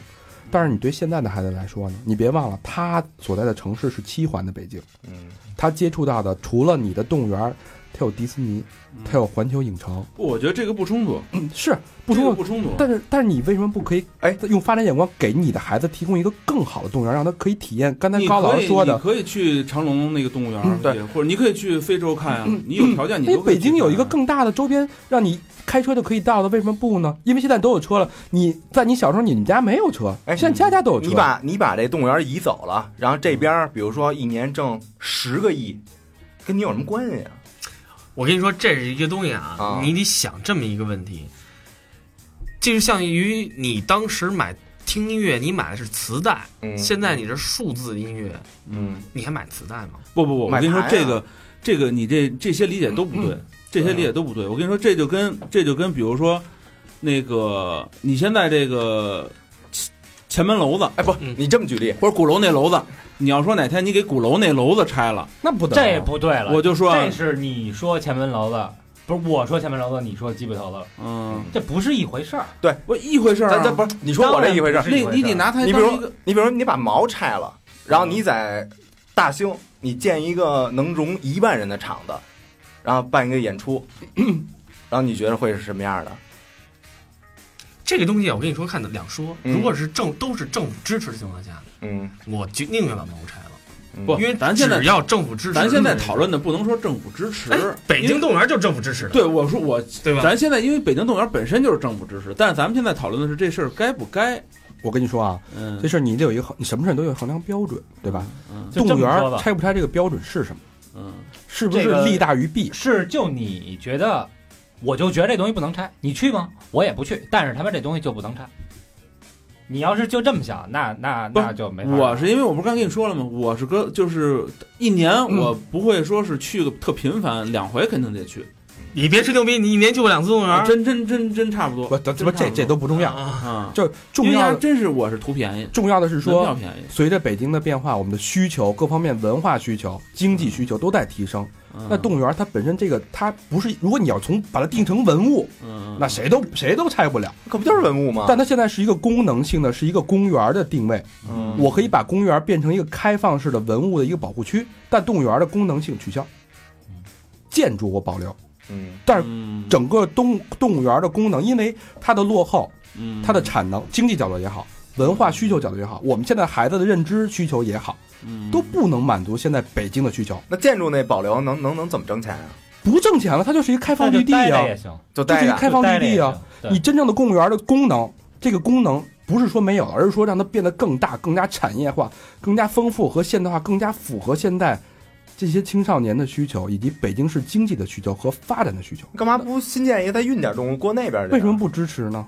但是你对现在的孩子来说呢？你别忘了，他所在的城市是七环的北京，
嗯
他接触到的除了你的动物园儿，它有迪士尼，它有环球影城，
我觉得这个不冲突，
是不
不
冲突。
不冲突。
但是，但是你为什么不可以？
哎，
用发展眼光给你的孩子提供一个更好的动物园，让他可以体验刚才
你
高老
可
师
以
说的
你。可以去长隆那个动物园儿，
对
也，或者你可以去非洲看啊，你有条件你
哎
都，可以
北
去
京有一个
看啊
更大的周边，让你开车就可以到的，为什么不呢？因为现在都有车了。你在你小时候，你们家没有车，
哎
现在家家都有车。
你把你把这动物园移走了，然后这边儿比如说一年挣十个亿，跟你有什么关系啊？
我跟你说，这是一个东西啊，
啊
你得想这么一个问题，这就像于你当时买听音乐，你买的是磁带，
嗯
现在你这数字音乐，嗯，你还买磁带吗？
不不不，我
买
跟你说
牌啊嗯
这个这个你这这些理解都不对，这些理解都不对。我跟你说，这就跟这就跟比如说那个你现在这个前前门楼子
哎，不，
嗯
你这么举例，
或者鼓楼那楼子，你要说哪天你给鼓楼那楼子拆了，
那不得
这不对了，
我就说
这是你说前门楼子，不是我说前门楼子，你说鸡巴头子，
嗯，
这不是一回事儿。
我一回事儿啊、
咱咱不是你说我这一回事儿，
当然不是
那
一回事儿
你得拿它
你比
当一
如
个
你比如你把毛拆了，然后你在大兴你建一个能容一万人的场子，然后办一个演出，然后你觉得会是什么样的？
这个东西啊，我跟你说，看的两说。
嗯
如果是政都是政府支持的情况下，
嗯，
我就宁愿把茅拆了，
不，
因为
咱现在
只要政府支持，
咱现在讨论的不能说政府支持
哎，，北
因
京
为
动物园就是政府支持的，
对我说我。
对吧？
咱现在因为北京动物园本身就是政府支持，但是咱们现在讨论的是这事儿该不该，
我跟你说啊，
嗯，
这事儿你得有一个衡，你什么事儿都有衡量标准，对吧？
嗯
就
动
这
物
么
园
说
儿
吧，
拆不拆这个标准是什么？
嗯，
是不是
这个
利大于弊？
是就你觉得，我就觉得这东西不能拆，你去吗？我也不去，但是他妈这东西就不能拆。你要是就这么想，那那
不是
那就没法儿了。
我是因为我不是刚跟你说了吗？我是跟就是一年
嗯
我不会说是去个特频繁，两回肯定得去，
你别吹牛逼，你一年去过两次动物园，
真真真真差不多
不，咱咱这这都不重要，
啊，
啊。
就是重
因为
要
它
的
真是我是图便宜，
重要的是说
门票便宜，
随着北京的变化，我们的需求各方面文化需求、经济需求都在提升。
嗯
那动物园它本身这个它不是，如果你要从把它定成文物，
嗯
那谁都谁都拆不了。
可不就是文物吗？
但它现在是一个功能性的，是一个公园的定位。
嗯
我可以把公园变成一个开放式的文物的一个保护区，但动物园的功能性取消，建筑我保留。
嗯
嗯
整个动动物园的功能，因为它的落后，
嗯
它的产能，经济角度也好，文化需求角度也好，我们现在孩子的认知需求也好，
嗯
都不能满足现在北京的需求，
那建筑那保留能能能怎么挣钱啊？
不挣钱了，它就是一个开放
那就
绿地
待着
啊
也，行，
就
就是
待
一个
着，
开放绿地啊。
就待着也行。对
你真正的公务员的功能，这个功能不是说没有了，而是说让它变得更大、更加产业化、更加丰富和现代化，更加符合现在这些青少年的需求，以及北京市经济的需求和发展的需求。
干嘛不新建一个再运点动物过那边去？啊
为什么？不支持呢？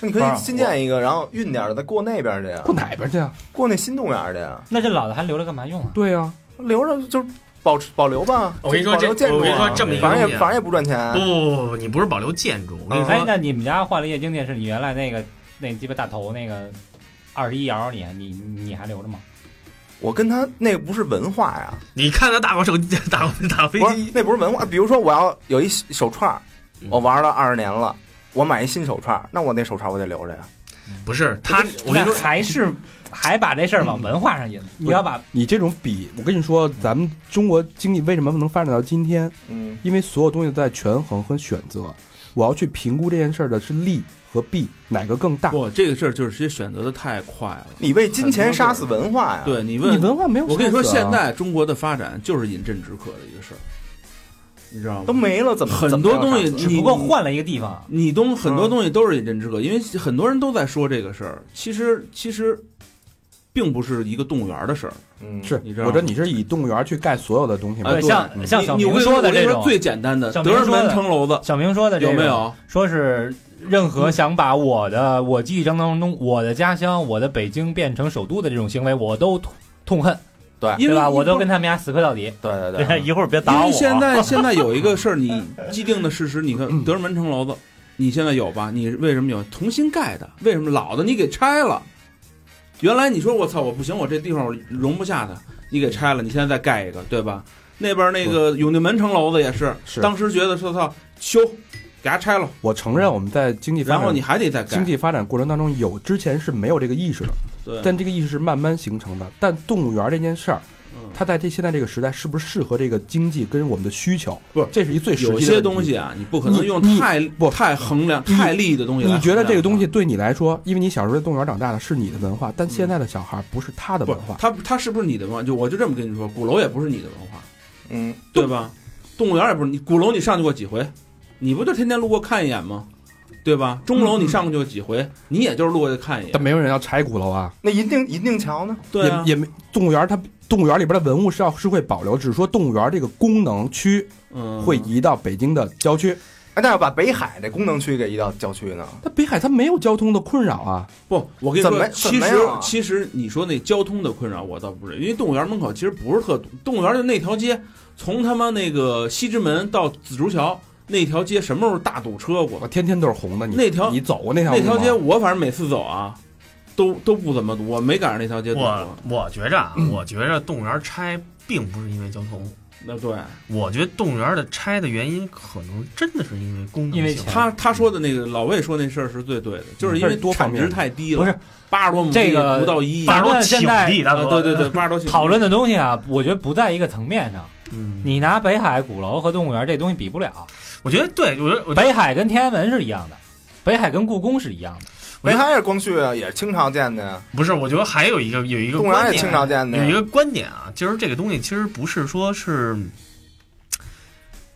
那你可以新建一个，然后运点儿再过那边去呀
过，哪边去啊？
过那新动物园去啊呀，
那这老的还留着干嘛用啊？
对呀、啊，
留着就是保持保留吧。
我跟你说
保留建
这
筑啊
我跟你说这么一个
反正
东西
也
啊
反正也不赚钱
不
啊。
不不不，你不是保留建筑，我跟你
哎，
说，
那你们家换了液晶电视，你原来那个那鸡巴大头那个二十一摇，你还你你还留着吗？
我跟他那个不是文化呀，
你看他打过手机，打过打过飞
不是
机，
那不是文化。比如说我要有一手串儿，
嗯
我玩了二十年了，我买一新手串儿，那我那手串儿我得留着呀。
不是他，我跟
那
你说，
还是还把这事儿往文化上引，你要把
你这种比，我跟你说，咱们中国经济为什么能发展到今天？
嗯，
因为所有东西都在权衡和选择，我要去评估这件事儿的是利和弊，哪个更大？
不，嗯这个事儿就是直接选择的太快了。
你为金钱杀死文化呀。，
对你问
你文化没有、
我跟你说，现。在中国的发展就是饮鸩止渴的一个事儿，你知道
都
吗？
没了，怎么
很
怎么
多
还要
东西
杀死
只
你
不过换了一个地方。
你东很多东西都是饮鸩止渴，因为很多人都在说这个事儿。其实其实，并不是一个动物园的事儿。
嗯
是，
你知道
我
吗
觉得你是以动物园去盖所有的东西吗？
呃，
哎对
像像小
你
明
你
说的
我跟
这
你
种，
最简单的
小
德
明
胜
说的
门城楼子
小明说的这
有
种
没？有？
说是任何想把我的我记忆当中我的家乡我的北京变成首都的这种行为，我都痛痛恨，
因
对
为
吧？
你
我都跟他们家死磕到底。
对对啊对，
一会儿别
因
打我。
为现
[laughs]
在现在有一个事儿，你既定的事实，你看
嗯
德胜门城楼子，你现在有吧？你为什么有？重新盖的，为什么老的你给拆了？原来你说我操，我不行，我这地方我容不下它，你给拆了，你现在再盖一个，对吧？那边那个永定门城楼子也是，
是
当时觉得说操修，给它拆了，
我承认我们在经济发
嗯然后你
展
还得再
经
盖。
济发展过程当中有之前是没有这个意识的，
对，
但这个意识是慢慢形成的。但动物园这件事儿，
嗯
它在这现在这个时代是不是适合这个经济跟我们的需求？
不是
这是一最实际的
有些
问题
东西啊，你不可能
你
用
你
太
不
太衡量、
你
太利益的东西来衡量
你
它。
觉得这个
啊
东西对你来说，因为你小时候在动物园长大的是你的文化，但现在的小孩不是他的
嗯不
文化，
它它是不是你的文化？就我就这么跟你说，鼓楼也不是你的文化，
嗯，
对吧？动物园也不是你，鼓楼你上去过几回？你不就天天路过看一眼吗？对吧？钟楼你上去过几回？你也就是路过去看一眼
但。没有人要拆鼓楼啊，
那银锭银锭桥呢？
对啊
也，也没动物园它动物园里边的文物是要是会保留，只是说动物园这个功能区
嗯，
会移到北京的郊区。
哎，那要把北海这功能区给移到郊区呢？
那北海它没有交通的困扰啊，
不，我跟你
怎么
说，其
怎么
实
样啊
其实你说那交通的困扰，我倒不是，因为动物园门口其实不是特堵，动物园就那条街，从他妈那个西直门到紫竹桥那条街，什么时候大堵车过
我？天天都是红的。你
那条
你走过那条
那条
路吗
街我反正每次走啊，都都不怎么堵，我没赶上那条街堵
我
过。
我觉着啊，我觉着动物园拆并不是因为交通，
那对
我觉得动物园的拆的原因可能真的是因为功能
因为
性。
钱
他他说的那个老魏说那事儿是最对的，就是因
它
为
是多方
产
面
值太低了，
不是
八十多亩地
这个
不到一亿，
反
大
正
哥
现
请
在
地，大
呃
哥，
对对对，，八十多起
讨论的东西啊，我觉得不在一个层面上。
嗯，
你拿北海、鼓楼和动物园这东西比不了。
我觉得对，我觉得我觉得
北海跟天安门是一样的，北海跟故宫是一样的。
北海也是光绪啊，也是清朝建的呀，
不是，我觉得还有一个有一个
动物园
观
也是清
点，
朝建的
有一
呀。
个观点啊，就是这个东西其实不是说是，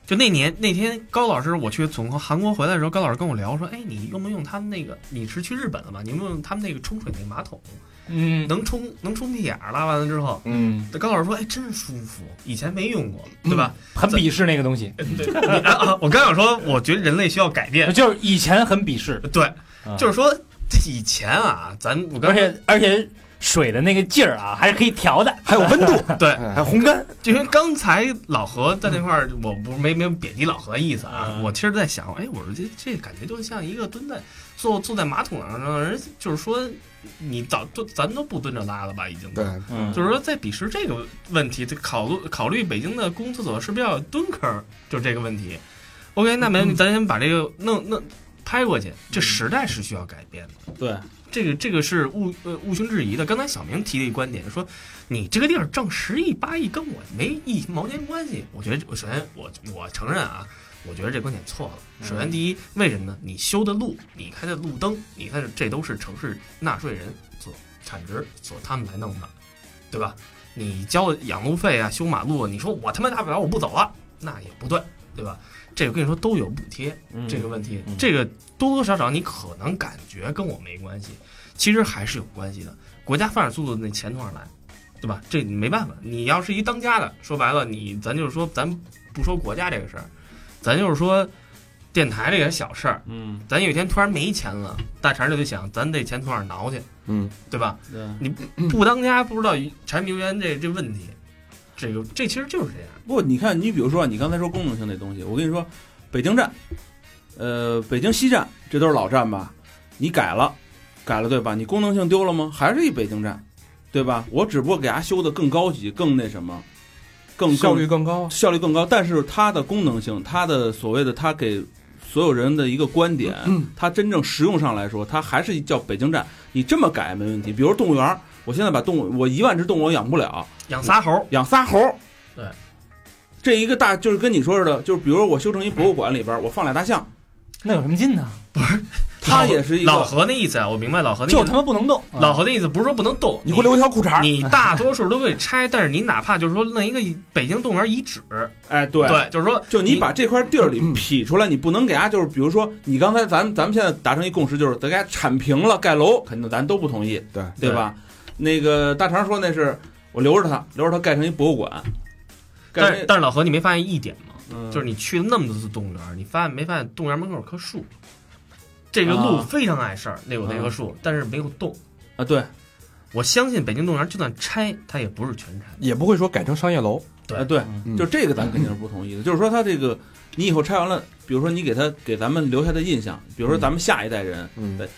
就那年那天高老师我去从韩国回来的时候，高老师跟我聊说，哎，你用没用他们那个？你是去日本了吗？你用不用他们那个冲水那个马桶？
嗯，
能冲能冲屁眼儿，拉完了之后，
嗯，
高老师说，哎，真舒服，以前没用过，对吧？
很鄙视那个东西，
你啊啊！ [laughs] 我刚想说，我觉得人类需要改变，
就是以前很鄙视，
对，
嗯
就是说以前啊，咱我刚
而且而且水的那个劲儿啊，还是可以调的。
还有温度，
对，
哎
还有烘干，
就因为刚才老何在那块儿，我不是没没有贬低老何的意思啊，
嗯
我其实在想，哎，我说这这感觉就像一个蹲在坐坐在马桶上让人就是说你早都咱都不蹲着拉了吧，已经
对，
嗯
就是说，在鄙视这个问题，这考虑考虑北京的公共厕所是不是要有蹲坑儿，就这个问题。OK，那没问题，咱先把这个弄弄拍过去。这时代是需要改变的，
对，
这个这个是毋呃毋庸置疑的。刚才小明提了一个观点，说你这个地儿挣十亿八亿跟我没一毛钱关系。我觉得，我首先我我承认啊，我觉得这观点错了。首先第一，为什么呢？你修的路，你开的路灯，你看这都是城市纳税人所产值所他们来弄的，对吧？你交养路费啊，修马路啊，你说我他妈大不了我不走了，那也不对，对吧？这个跟你说都有补贴，这个问题，这个多多少少你可能感觉跟我没关系，其实还是有关系的。国家发展速度那钱从哪儿来，对吧？这你没办法。你要是一当家的，说白了，你咱就是说，咱不说国家这个事儿，咱就是说电台这个小事儿，
嗯，
咱有一天突然没钱了，大肠就得想，咱这钱从哪儿挠去，
嗯，
对吧？
对，
你不当家不知道柴米油盐这这问题，这个这其实就是这样。
不，你看，你比如说啊，你刚才说功能性那东西，我跟你说，北京站，呃，北京西站，这都是老站吧？你改了，改了对吧？你功能性丢了吗？还是一北京站，对吧？我只不过给它修的更高级，更那什么，更
效率
更
更高。啊
效率更高，但是它的功能性，它的所谓的它给所有人的一个观点，
嗯
它真正实用上来说，它还是叫北京站。你这么改没问题。比如动物园儿，我现在把动物，我一万只动物我养不了，
养仨猴儿，
养仨猴儿。
对，
这一个大就是跟你说似的，就是比如我修成一博物馆里边儿，我放俩大象，
那有什么劲呢？
[laughs] 它也是一
老
个
何那意思啊，我明白老何那意
就
思
他。妈不能动。
老何的意思不是说不能动，
你给我留一条裤衩儿，
你大多数都会拆，但是你哪怕就是说弄一个北京动物园遗址，
哎，对
对，就是说
就你把这块地儿里劈出来，你不能给它就是，比如说你刚才咱们咱们现在达成一共识，就是咱给它铲平了盖楼，肯定咱都不同意，
对
对吧？那个大肠说那是我留着它，留着它盖成一博物馆，盖
但
成
是
一
但是老何，你没发现一点吗？
嗯
就是你去了那么多次动物园，你发现没发现动物园门口有棵树？这个路
啊
非常碍事儿，那有那棵树，但是没有动。
啊，对
我相信北京动物园就算拆，它也不是全拆。
也不会说改成商业楼。
对
啊对，
嗯
就这个咱肯定是不同意的。就是说它这个你以后拆完了，比如说你给它给咱们留下的印象，比如说咱们下一代人，
嗯
对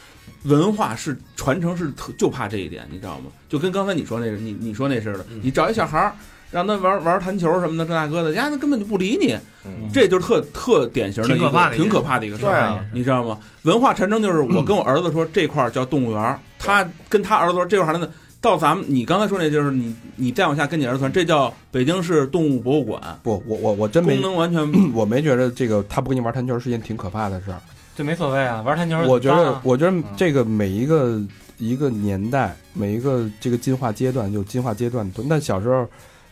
文化是传承是特就怕这一点，你知道吗？就跟刚才你说那个你你说那似的
嗯，
你找一小孩儿让他玩玩弹球什么的，这那哥的，呀，那根本就不理你，
嗯
这就是特特典型的一
挺可怕
个
的一个
挺可怕的一个事
对
儿，
啊
你知
嗯
道吗？文化传承就是我跟我儿子说这块儿叫动物园儿，他跟他儿子说这块儿孩子到咱们你刚才说那就是你你再往下跟你儿子团，这叫北京市动物博物馆，
不，我我我真没
功，能完
[clears throat]
全
我没觉得这个他不跟你玩弹球是件挺可怕的事儿。
这没所谓啊，玩弹球儿
我觉
脏
得
啊，
我
嗯
觉得这个每一个一个年代，每一个这个进化阶段有进化阶段的东西。那小时候，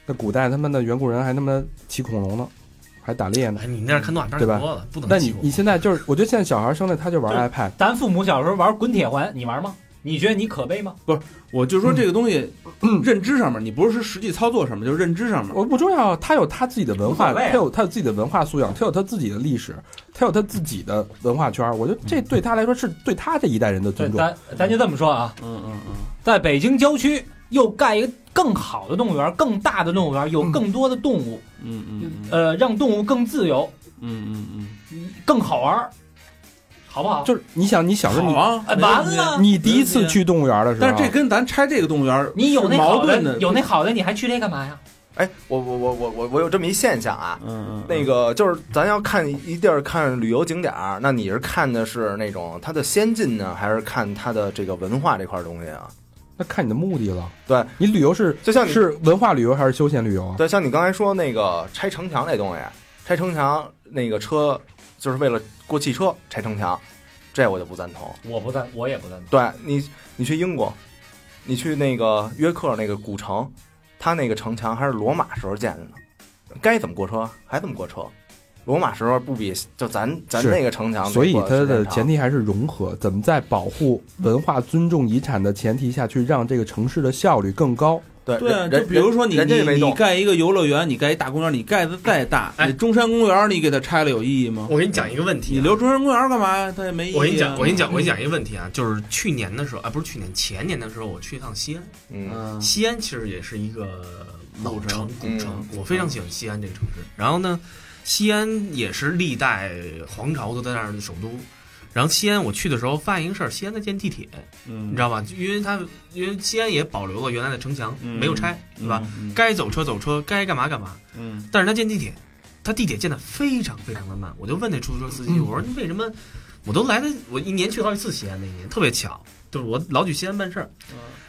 那古代他们的远古人还他妈骑恐龙呢，还打猎呢
哎，。你那儿看动画
嗯
片
对吧
儿多了，不能
那你
欺负
你现在就是，我觉得现在小孩生来他就玩
对
iPad，
咱父母小时候玩滚铁环，你玩吗？你觉得你可悲吗？
我就说这个东西，
嗯
认知上面，你不是说实际操作上面，就是认知上面。
我不重要，他有他自己的文化，
无所谓啊
他有他有自己的文化素养，他有他自己的历史，他有他自己的文化圈儿。我觉得这对他来说是对他这一代人的
对，
尊重。
咱咱就这么说啊，
嗯嗯嗯，
在北京郊区又盖一个更好的动物园，更大的动物园，有更多的动物，
嗯嗯嗯
呃，让动物更自由，
嗯嗯嗯，
更好玩儿，好不好？
就是你想，你小时候
好
你
啊
呃
哎，完了，
你第一次去动物园的时候，
但是这跟咱拆这个动物园，
你有那
矛
好
盾的，
的，有那好的，你还去这干嘛呀？
哎，我我我我我我有这么一现象啊，
嗯嗯
那个就是咱要看一地儿看旅游景点儿，那你是看的是那种它的先进呢，还是看它的这个文化这块儿东西啊？
那看你的目的了。
对
你旅游是
就像你
是文化旅游还是休闲旅游啊？
对，像你刚才说那个拆城墙这东西，拆城墙那个车就是为了过汽车拆城墙，这我就不赞同。
我不赞，我也不赞同。
对你，你去英国，你去那个约克那个古城，它那个城墙还是罗马时候建的呢，该怎么过车还怎么过车。罗马时候不比就咱咱
是
那个城墙，
所以它的前
提，
提还是融合，怎么在保护文化、尊重遗产的前提下去，让这个城市的效率更高。
对
对啊，
人
就比如说你
人人家也
你
没
你
动，
盖一个游乐园，你盖一大公园，你盖的再大，
哎
你中山公园你给它拆了有意义吗？
我给你讲一个问题
你
啊，
留中山公园干嘛呀？它也没意义啊。
我给你讲，我给你讲，我给你讲一个问题啊，就是去年的时候啊，不是去年，前年的时候，我去一趟西安。
嗯，
嗯，
西安其实也是一个老城古
嗯
城，我非常喜欢西安这个城市。然后呢，西安也是历代皇朝都在那儿的首都。然后西安我去的时候发现一个事儿，西安在建地铁，
嗯
你知道吧？因为它因为西安也保留了原来的城墙，
嗯
没有拆，对吧？
嗯？
该走车走车，该干嘛干嘛。
嗯
但是他建地铁，他地铁建的非常非常的慢。我就问那出租车司机，我说你为什么？我都来的，我一年去好几次西安，那一年特别巧，就是我老去西安办事儿。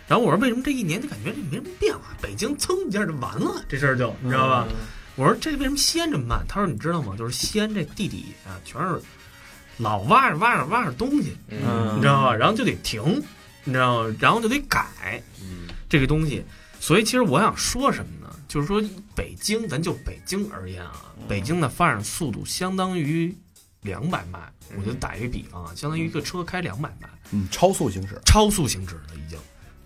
然后我说为什么这一年就感觉这没什么变化？北京噌一下就完了，这事儿就你知道吧？我说这为什么西安这么慢？他说你知道吗？就是西安这地底下、全是老挖着挖着挖着东西，
嗯，
你知道吧？然后就得停，你知道吗？然后就得改，
嗯
这个东西。所以其实我想说什么呢？就是说北京，咱就北京而言啊，北京的发展速度相当于两百迈，我就打一个比方啊，相当于一个车开两百迈，
嗯，超速行驶，
超速行驶了已经。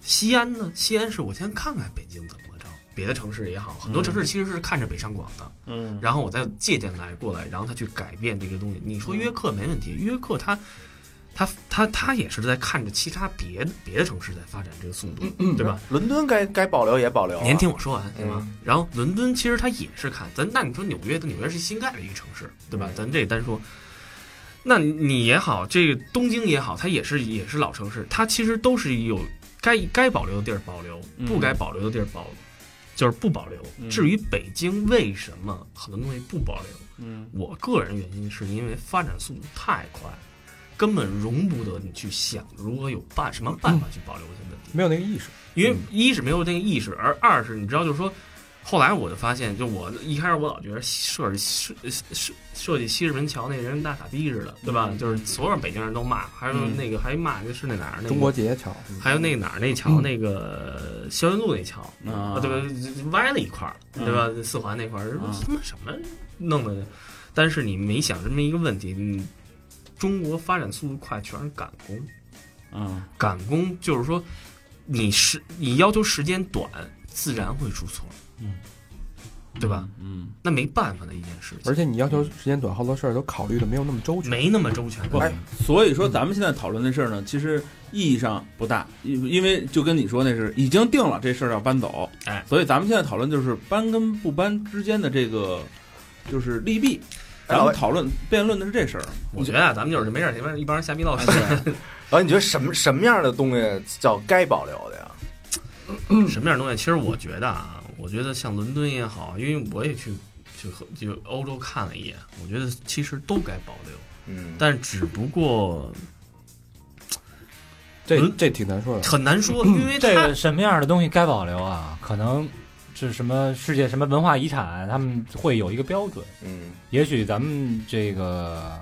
西安呢？西安是我先看看北京怎么着，别的城市也好，很多城市其实是看着北上广的，
嗯
然后我再借鉴来过来，然后他去改变这个东西。你说约克没问题，约克他他他他也是在看着其他别的别的城市在发展这个速度，
嗯
对吧？
伦敦该该保留也保
哦
留啊，
您听我说完，对吧？
嗯
然后伦敦其实它也是看咱，那你说纽约的纽约是新盖的一个城市，
嗯
对吧？咱这单说，那你也好，这个东京也好，它也是也是老城市，它其实都是有该该保留的地儿保留，
嗯
不该保留的地儿保，就是不保留。
嗯
至于北京为什么很多东西不保留，
嗯
我个人原因是因为发展速度太快，根本容不得你去想如何有办什么办
嗯
法去保留这个问题。
没有那个意识。
因为一是没有那个意识，而二是你知道，就是说，后来我就发现，就我一开始我老觉得设计设设设计西直门桥那人跟大傻逼似的，对
嗯
吧？就是所有北京人都骂，还有那个还骂那是那哪儿那个
中国，嗯结嗯桥，
还有那哪儿那桥那个霄云路那桥
嗯
啊
对吧？歪了一块儿，对吧？四环那块儿
嗯
啊
他妈什么弄的？但是你没想这么一个问题，你中国发展速度快，全是赶工。
嗯
赶工就是说，你时你要求时间短，自然会出错，嗯，对吧？
嗯，
那没办法的一件事情，
而且你要求时间短，好多事儿都考虑的没有那么周全。
没那么周全的。
哎所以说咱们现在讨论的事儿
嗯
呢，其实意义上不大，因因为就跟你说那是已经定了这事儿要搬走，
哎
所以咱们现在讨论就是搬跟不搬之间的这个就是利弊，
哎
咱
老
们
魏
讨论辩论的是这事儿，
嗯
我觉得啊，咱们就是没事儿，这边一帮人瞎逼闹事。 [laughs]
然后你觉得什么什么样的东西叫该保留的呀？
什么样的东西？其实我觉得啊，我觉得像伦敦也好，因为我也去去和就欧洲看了一眼，我觉得其实都该保留，
嗯，
但只不过
这
嗯
这挺难说的。
很难说，因为
这
它
个什么样的东西该保留啊？可能是什么世界什么文化遗产，他们会有一个标准。
嗯
也许咱们这个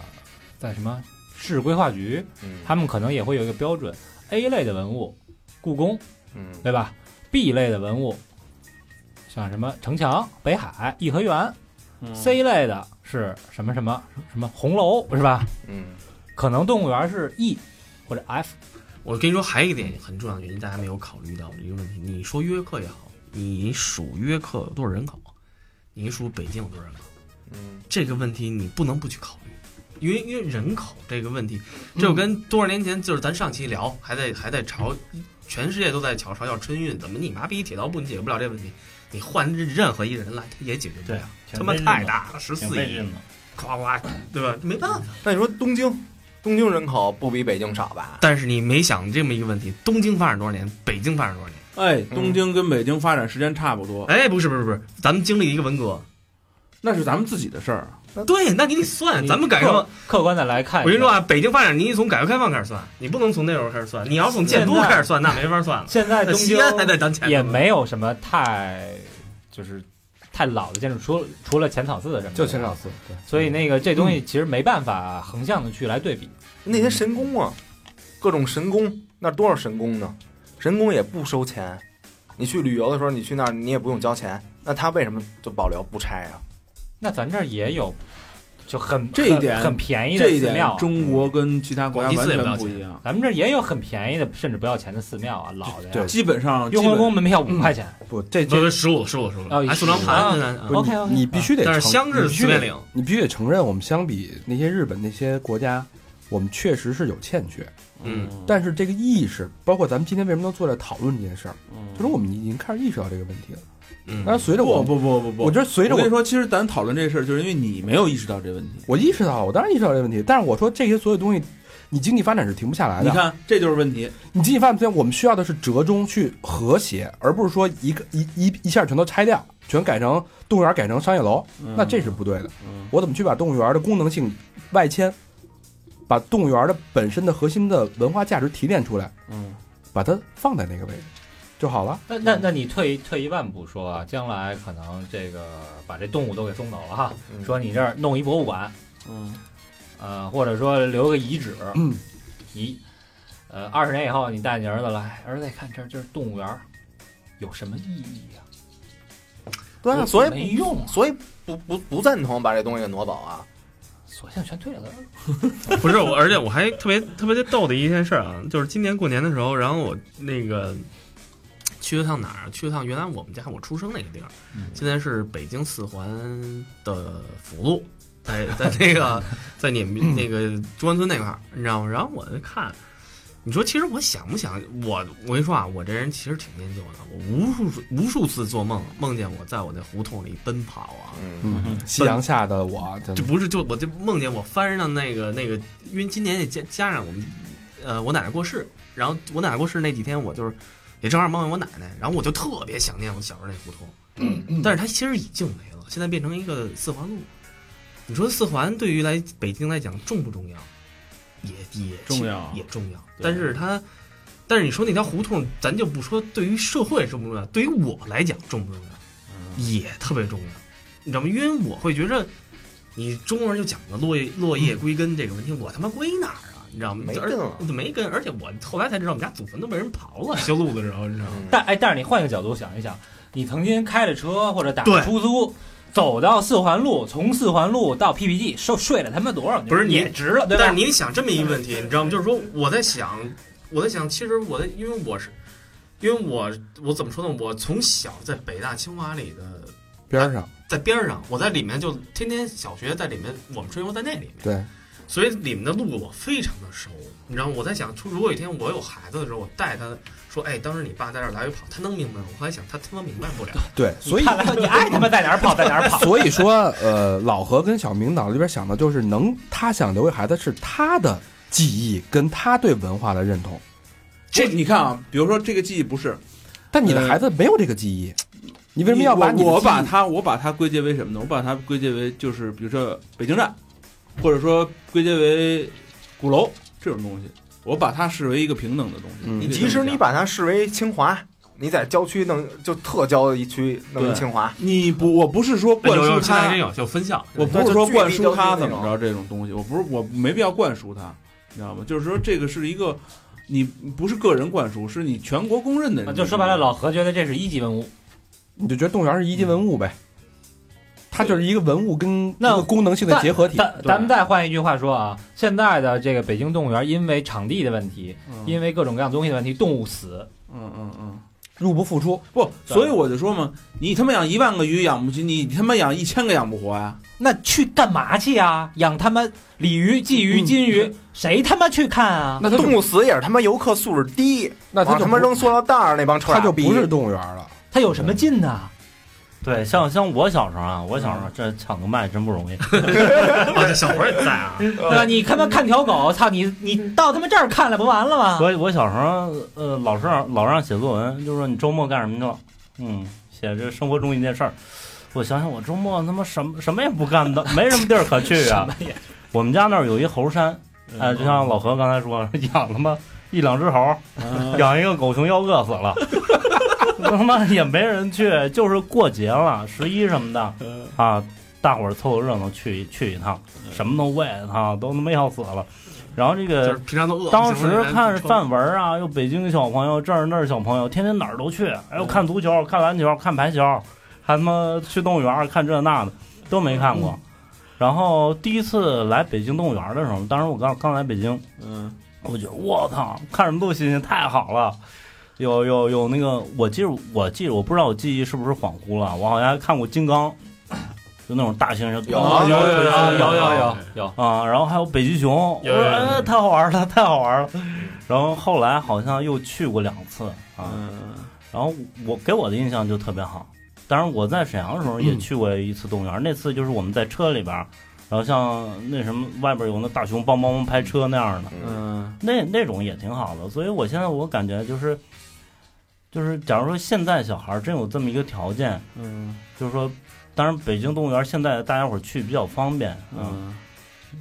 在什么市规划局，
嗯
他们可能也会有一个标准。A 类的文物，故宫，
嗯
对吧？B 类的文物，像什么城墙、北海、颐和园。C 类的是什么什么什么红楼是吧？
嗯
可能动物园是 E 或者 F，
我跟你说，还有一个点很重要的原因，大家没有考虑到的一个问题。你说约克也好，你数约克有多少人口，你数北京有多少人口，
嗯
这个问题你不能不去考虑，因为因为人口这个问题，这就跟多少年前就是咱上期聊，还在还在朝，全世界都在嘲嘲笑春运，怎么你妈逼铁道部你解决不了这问题？你换任何一人来，他也解决不了，他妈太，大了，十
挺
四
费
亿
劲，的。
夸夸，对吧？没办法。
那你说东京，东京人口不比北京少吧？
但是你没想这么一个问题：东京发展多少年，北京发展多少年？
哎，东京跟北京发展时间差不多，
哎，不是不是不是，咱们经历一个文革，
那是咱们自己的事儿啊。
对，那你得算，
你哎
咱们改革开放
客。客观的来看，
我跟你说，啊，北京发展，你得从改革开放开始算，你不能从那时候开始算。你要从建都开始算，那没法算了。
现在
那
东
西
京
安还在咱前头呢
也没有什么太就是太老的建筑，除除了浅草寺什嗯么的，
就前两。次，对，
所以那个这东西其实没办法横向的去来对比，
那些神功啊，各种神功，那多少神功呢？神功也不收钱，你去旅游的时候，你去那儿你也不用交钱，那他为什么就保留不拆啊？
那咱这儿也有就很
这一点
很很便宜的
这一
寺
点
庙，，
中国跟其他国家完
广西寺也不
全
要
不
钱
一样，
咱们这儿也有很便宜的，甚至不要钱的寺庙啊，老的呀。
对
基本上
雍
基
和
本
宫门
嗯
票五块钱
不，这
不
这
是十五十五十
哦
五，还塑料盘呢。啊
不是你
OK，OK，
你必须得承，
但是香
你
至
必
随
须
便
得，
领，
你必须得承认，我们相比那些日本那些国家，我们确实是有欠缺。
嗯，
但是这个意识，包括咱们今天为什么能坐在讨论这件事儿，
嗯
就是我们已经开始意识到这个问题了。
嗯
当然，随着我
不，不不不不，
我觉得随着
我
我
跟你说，其实咱讨论这事儿，就是因为你没有意识到这问题。
我意识到，我当然意识到这个问题，但是我说这些所有东西，你经济发展是停不下来
你
的。
看，这就是问题。
你经济发展不行，我们需要的是折中去和谐，而不是说一个一一一下全都拆掉，全改成动物园改成商业楼，
嗯
那这是不对的。我怎么去把动物园的功能性外迁，把动物园的本身的核心的文化价值提炼出来，
嗯，
把它放在那个位置就好了。
那那那你退一退一万步说啊，将来可能这个把这动物都给送走了哈，
嗯
说你这儿弄一博物馆，
嗯，
呃，或者说留个遗址，
嗯，
遗，呃，二十年以后你带你儿子来，儿子一看这儿就是动物园儿，有什么意义啊？
对啊，所
没
以
用、啊，
所以不不不赞同把这东西给挪走啊。
索性全退了得了。
不是我，而且我还特别特别逗的一件事啊，就是今年过年的时候，然后我那个去了趟哪儿？啊去了趟原来我们家我出生那个地儿，现在是北京四环的辅路，在在那个在你们那个中关村那块儿，你知道吗？然后我就看。你说，其实我想不想我？我跟你说啊，我这人其实挺念旧的。我无数无数次做梦，梦见我在我那胡同里奔跑啊，
嗯
嗯，夕阳下的我，真
就
的
不是就我就梦见我翻上那个那个，因为今年也加加上我们，呃，我奶奶过世，然后我奶奶过世那几天，我就是也正好梦见我奶奶，然后我就特别想念我小时候那胡同，
嗯
嗯
但是它其实已经没了，现在变成一个四环路。你说四环对于来北京来讲重不重要？也也
重要
也重要，
对
但是它。但是你说那条胡同，咱就不说对于社会重不重要，对于我来讲重不重
嗯
要，也特别重要。你知道吗？因为我会觉着，你中国人就讲的落叶落叶归根这个问题，我他妈归哪儿啊？你知道吗？
没
而
根了
没根，而且我后来才知道，我们家祖坟都被人刨了，修路的时候，你知道吗？
但哎，但是你换一个角度想一想，你曾经开着车或者打
对
着出租。走到四环路，从四环路到 PPT，收税了他妈多少？
不是你
也值了，对吧？
但是你想这么一个问题，你知道吗？就是说我在想， [laughs] 我在想，其实我在，因为我是，因为我我怎么说呢？我从小在北大清华里的，
边上
在边儿上，我在里面就天天小学在里面，我们春游在那里面。
对，
所以里面的路我非常的熟，你知道吗？我在想，出如果有一天我有孩子的时候，我带他说，哎，当时你爸在这儿来回跑，他能明白吗？我还想他他妈明白不了。
对，所以
看来你爱他妈在哪儿跑在哪儿跑。
[laughs] 所以说，呃，老何跟小明脑子里边想的就是能，他想留给孩子是他的记忆跟他对文化的认同，
这你看啊，比如说这个记忆不是，
但你的
呃
孩子没有这个记忆，你为什么要
你
把
我
你的
我
记忆
把它我把它归结为什么呢？我把它归结为就是比如说北京站，或者说归结为鼓楼这种东西。我我把它视为一个平等的东西。
嗯
你
你
得
即
这
使
么
你
想
把它视为清华，你在郊区弄就特郊的一区弄
对
一清华，
你不，我不是说
有
灌
哎
有
输
有，现在还
它
真，有有分校，
我不是说灌输他
就巨力
怎么着这种东西，我不是我没必要灌输他，你知道吗？就是说这个是一个，你不是个人灌输，是你全国公认的
啊
人。
就说白了，老何觉得这是一级文物，
你就觉得动物园是一级文物呗，它就是一个文物跟
那
一个功能性的结合体。
咱
对
咱们再换一句话说啊，现在的这个北京动物园，因为场地的问题，
嗯
因为各种各样东西的问题，动物死。
嗯嗯嗯，
入不敷出，
不，所以我就说嘛，你他妈养一万个鱼养不起，你他妈养一千个养不活呀、
那去干嘛去啊？养他妈鲤鱼、鲫
嗯
鱼、金鱼，谁他妈去看啊？
那它
动
就
物死也是他妈游客素质低，
那它
往
就
他妈
不
扔塑料袋儿那帮臭
它
傻
就
逼
不是动物园了。
他有什么劲呢、
对，像像我小时候啊，我小时候
嗯
这抢个麦真不容易。
啊，这小伙儿也在啊，
对吧？你他妈看条狗，操你！你到他妈这儿看了不完了吗？
我我小时候呃，老是让老让写作文，就说你周末干什么去了？嗯，写这生活中一件事儿。我想想，我周末他妈什么什么也不干的，没什么地儿可去啊。我们家那儿有一猴山，
嗯
哎，就像老何刚才说，养他妈一两只猴，养一个狗熊要饿死了， [laughs] 他妈也没人去，就是过节了，十一什么的
嗯
啊，大伙儿凑凑热闹去去一趟，什么都喂啊，都他妈要死了。然后这
就
个
是平常都饿。
当时看
是
范文啊，又北京小朋友，这儿那儿小朋友，天天哪儿都去，哎呦，看足球，看篮球，看排球，还他妈去动物园看这那的，都没看过。然后第一次来北京动物园的时候，当时我刚刚来北京，
嗯，
我觉得我操，看什么都新鲜，太好了。有有有那个，我记着我记着，我不知道我记忆是不是恍惚了，我好像还看过金刚，就那种大型人
有啊
有有
啊，有有
有
有有，
啊，然后还有北极熊，我
有有
说
有
哎太好玩了，太好玩了。然后后来好像又去过两次啊，
嗯
然后我给我的印象就特别好。当然我在沈阳的时候也去过一次动物园，
嗯
那次就是我们在车里边儿，然后像那什么外边有那大熊帮帮忙拍车那样的，
嗯
那那种也挺好的。所以我现在我感觉就是，就是假如说现在小孩儿真有这么一个条件，
嗯
就是说，当然北京动物园现在大家伙儿去比较方便，啊
嗯，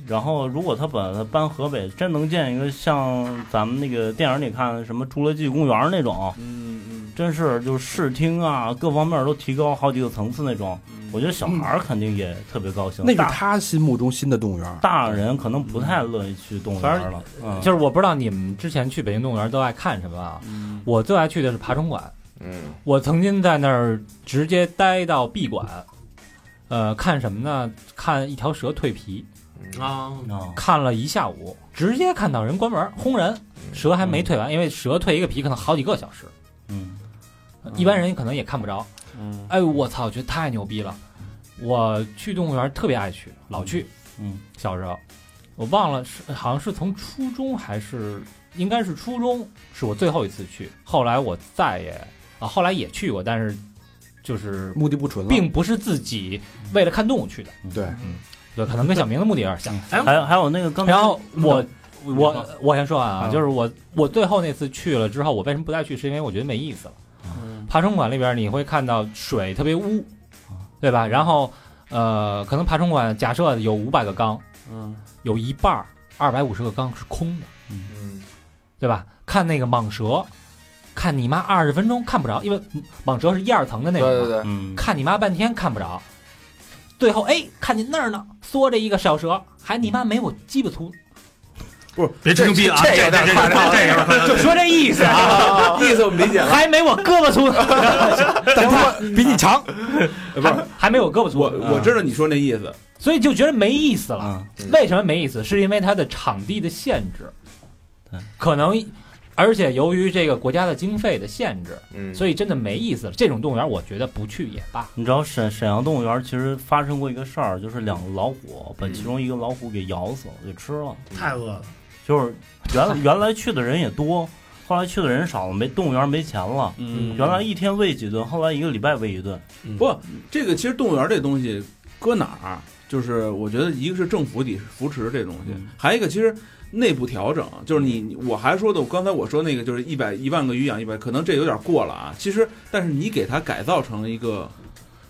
然后，如果他把它搬河北，真能建一个像咱们那个电影里看的什么《侏罗纪公园》那种，
嗯
真是就是视听啊，各方面都提高好几个层次那种。
嗯，
我觉得小孩儿肯定也特别高兴，
那是
大
他心目中新的动物园。
大人可能不太乐意去动物园了。嗯，
就是我不知道你们之前去北京动物园都爱看什么啊？
嗯
我最爱去的是爬虫馆，
嗯，
我曾经在那儿直接待到闭馆，呃，看什么呢？看一条蛇蜕皮，
啊，
啊
看了一下午，直接看到人关门，轰人，蛇还没蜕完，因为蛇蜕一个皮可能好几个小时，
嗯，
一般人可能也看不着。
嗯
哎，我操，我觉得太牛逼了！我去动物园特别爱去，老去。
嗯，
小时候我忘了是好像是从初中还是应该是初中，是我最后一次去。后来我再也啊，后来也去过，但是就是
目的不纯了，
并不是自己为了看动物去的。
嗯
对，
对，可能跟小明的目的有点像。
哎
还有还有那个刚才
然后我
嗯
我我先说啊，
嗯
就是我我最后那次去了之后，我为什么不再去？是因为我觉得没意思了。
嗯
爬虫馆里边你会看到水特别污，对吧？然后呃，可能爬虫馆假设有五百个缸，
嗯，
有一半二百五十个缸是空的，
嗯，
对吧？看那个蟒蛇，看你妈二十分钟看不着，因为蟒蛇是一二层的那
对
种嘛，
对对，
嗯
看你妈半天看不着，最后哎看见那儿呢，缩着一个小蛇，还你妈没我鸡巴
[laughs]
粗，
别吹牛逼啊，这
这有点夸张了，这有
就说这意思啊，
[laughs]
[laughs]
意思我们理解了。
还没我胳膊粗呢，
但它比你强。
还没我胳膊粗
哎我
呢，
我知道你说那意思，
所以就觉得没意思了。
啊，
为什么没意思？是因为它的场地的限制，可能，而且由于这个国家的经费的限制，
嗯，
所以真的没意思了。这种动物园，我觉得不去也罢。
你知道沈沈阳动物园其实发生过一个事儿，就是两个老虎把其中一个老虎给咬死了，给吃了。
太饿了，
就是
[laughs]
原原来去的人也多，后来去的人少了，没动物园没钱了。
嗯
原来一天喂几顿，后来一个礼拜喂一顿。
不，这个其实动物园这东西搁哪儿，啊就是我觉得一个是政府得扶持这东西，
嗯
还有一个其实内部调整，就是你你我还说的，我刚才我说那个就是一百一万个鱼养一百，可能这有点过了啊。其实，但是你给它改造成一个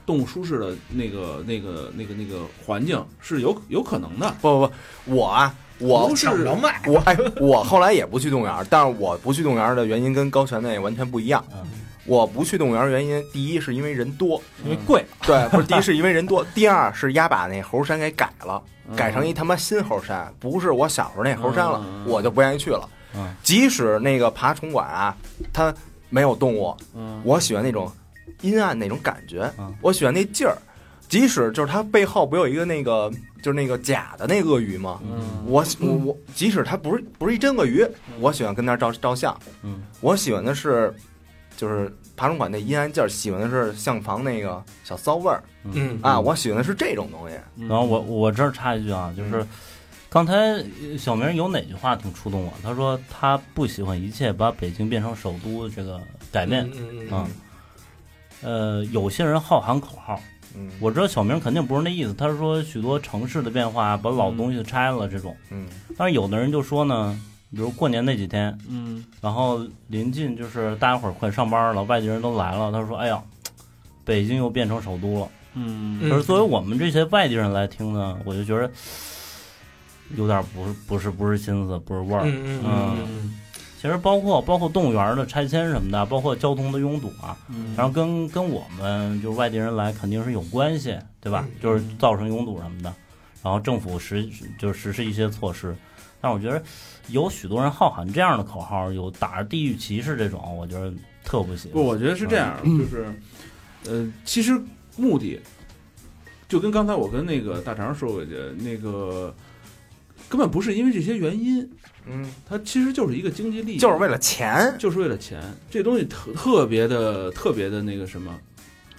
动物舒适的那个那个那个那个环境是有有可能的。
不不不，我啊，
我
不是
抢不着卖，
我哎，我后来也不去动物园儿，但是我不去动物园儿的原因跟高璇那完全不一样。我不去动物园儿的原因，第一是因为人多，
因为贵，
对，不是第一是因为人多，第二是丫把那猴山给改了，改成一他妈新猴山，不是我小时候那猴山了，
嗯
我就不愿意去了。
嗯
即使那个爬虫馆啊，它没有动物，
嗯
我喜欢那种阴暗那种感觉，
嗯
我喜欢那劲儿。即使就是它背后不有一个那个就是那个假的那鳄鱼吗？
嗯
我我我，即使它不是不是一真鳄鱼，我喜欢跟那儿照照相。
嗯，
我喜欢的是，就是爬虫馆那阴暗劲儿，喜欢的是象房那个小骚味儿
嗯
啊，我喜欢的是这种东西。嗯
嗯
然后我我这儿插一句啊，就是刚才呃小明有哪句话挺触动我？他说他不喜欢一切把北京变成首都这个改变。
嗯
啊呃，有些人好喊口号，
嗯，
我知道小明肯定不是那意思。他是说许多城市的变化把
嗯
老东西拆了这种，
嗯
但是有的人就说呢，比如过年那几天，
嗯
然后临近就是大家伙儿快上班了，外地人都来了，他说：“哎呀，北京又变成首都了。
嗯
嗯
可是作为我们这些外地人来听呢，我就觉得有点不是不是不是心思，不是味儿。
嗯嗯
其实包括包括动物园的拆迁什么的，包括交通的拥堵啊，
嗯
然后跟跟我们就是外地人来肯定是有关系，对吧？
嗯
就是造成拥堵什么的，然后政府实就实施一些措施，但我觉得有许多人好喊这样的口号，有打着地域歧视这种，我觉得特不喜
不，
欢。
我觉得是这样，
嗯
就是，呃，其实目的就跟刚才我跟那个大肠说过去，那个根本不是因为这些原因，
嗯，
它其实就是一个经济利益，
就是为了钱。
就是为了钱，这东西特特别的特别的那个什么，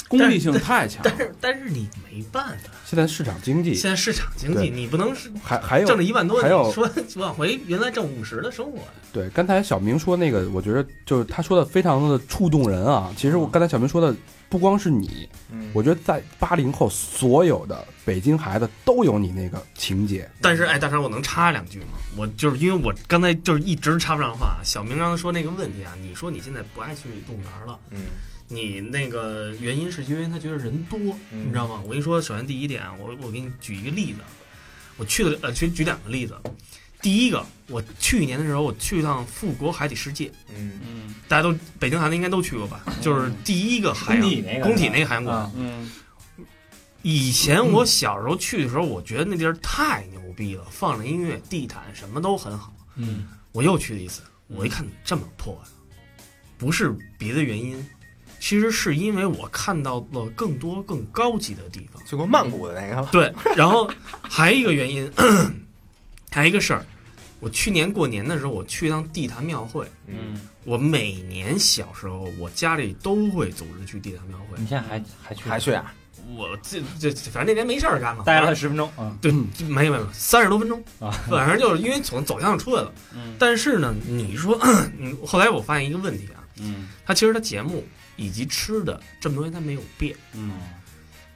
功利性太强了
但。是但是你没办法，
现在市场经济
现在市场经济
对
你不能是
还还有
挣了一万多，
还有
你说往回原来挣五十的生活，
对，刚才小明说那个，我觉得就是他说的非常的触动人啊。其实
嗯
我刚才小明说的不光是你，
嗯
我觉得在八零后所有的北京孩子都有你那个情节。
但是，哎，大成，我能插两句吗？我就是因为我刚才就是一直插不上话。小明刚才说那个问题啊，你说你现在不爱去动物园了，
嗯
你那个原因是因为他觉得人多，
嗯
你知道吗？我跟你说，首先第一点啊，我我给你举一个例子，啊我去了呃，举举两个例子。第一个，我去年的时候我去一趟富国海底世界，
嗯
嗯
大家都北京孩子应该都去过吧？就是第一个海洋
工体那个
工嗯体那个海洋馆，
啊，
嗯
以前我小时候去的时候，我觉得那地儿太牛逼了，放着音乐、地毯什么都很好。
嗯，
我又去了一次，
嗯
我一看这么破呀、不是别的原因，其实是因为我看到了更多更高级的地方。
去过曼谷的那个吧。
对，然后还有一个原因， [clears throat] 还有一个事儿，我去年过年的时候，我去一趟地坛庙会。
嗯，
我每年小时候，我家里都会组织去地坛庙会。
你现在还还去
还去啊？
我这这反正那年没事儿干嘛，
待了十分钟，嗯，
对，没有没有，三十多分钟
啊，
反正就是因为从走向出来了。
嗯
但是呢，你说， [clears throat] 嗯后来我发现一个问题啊，
嗯
它其实它节目以及吃的这么多年它没有变。
嗯，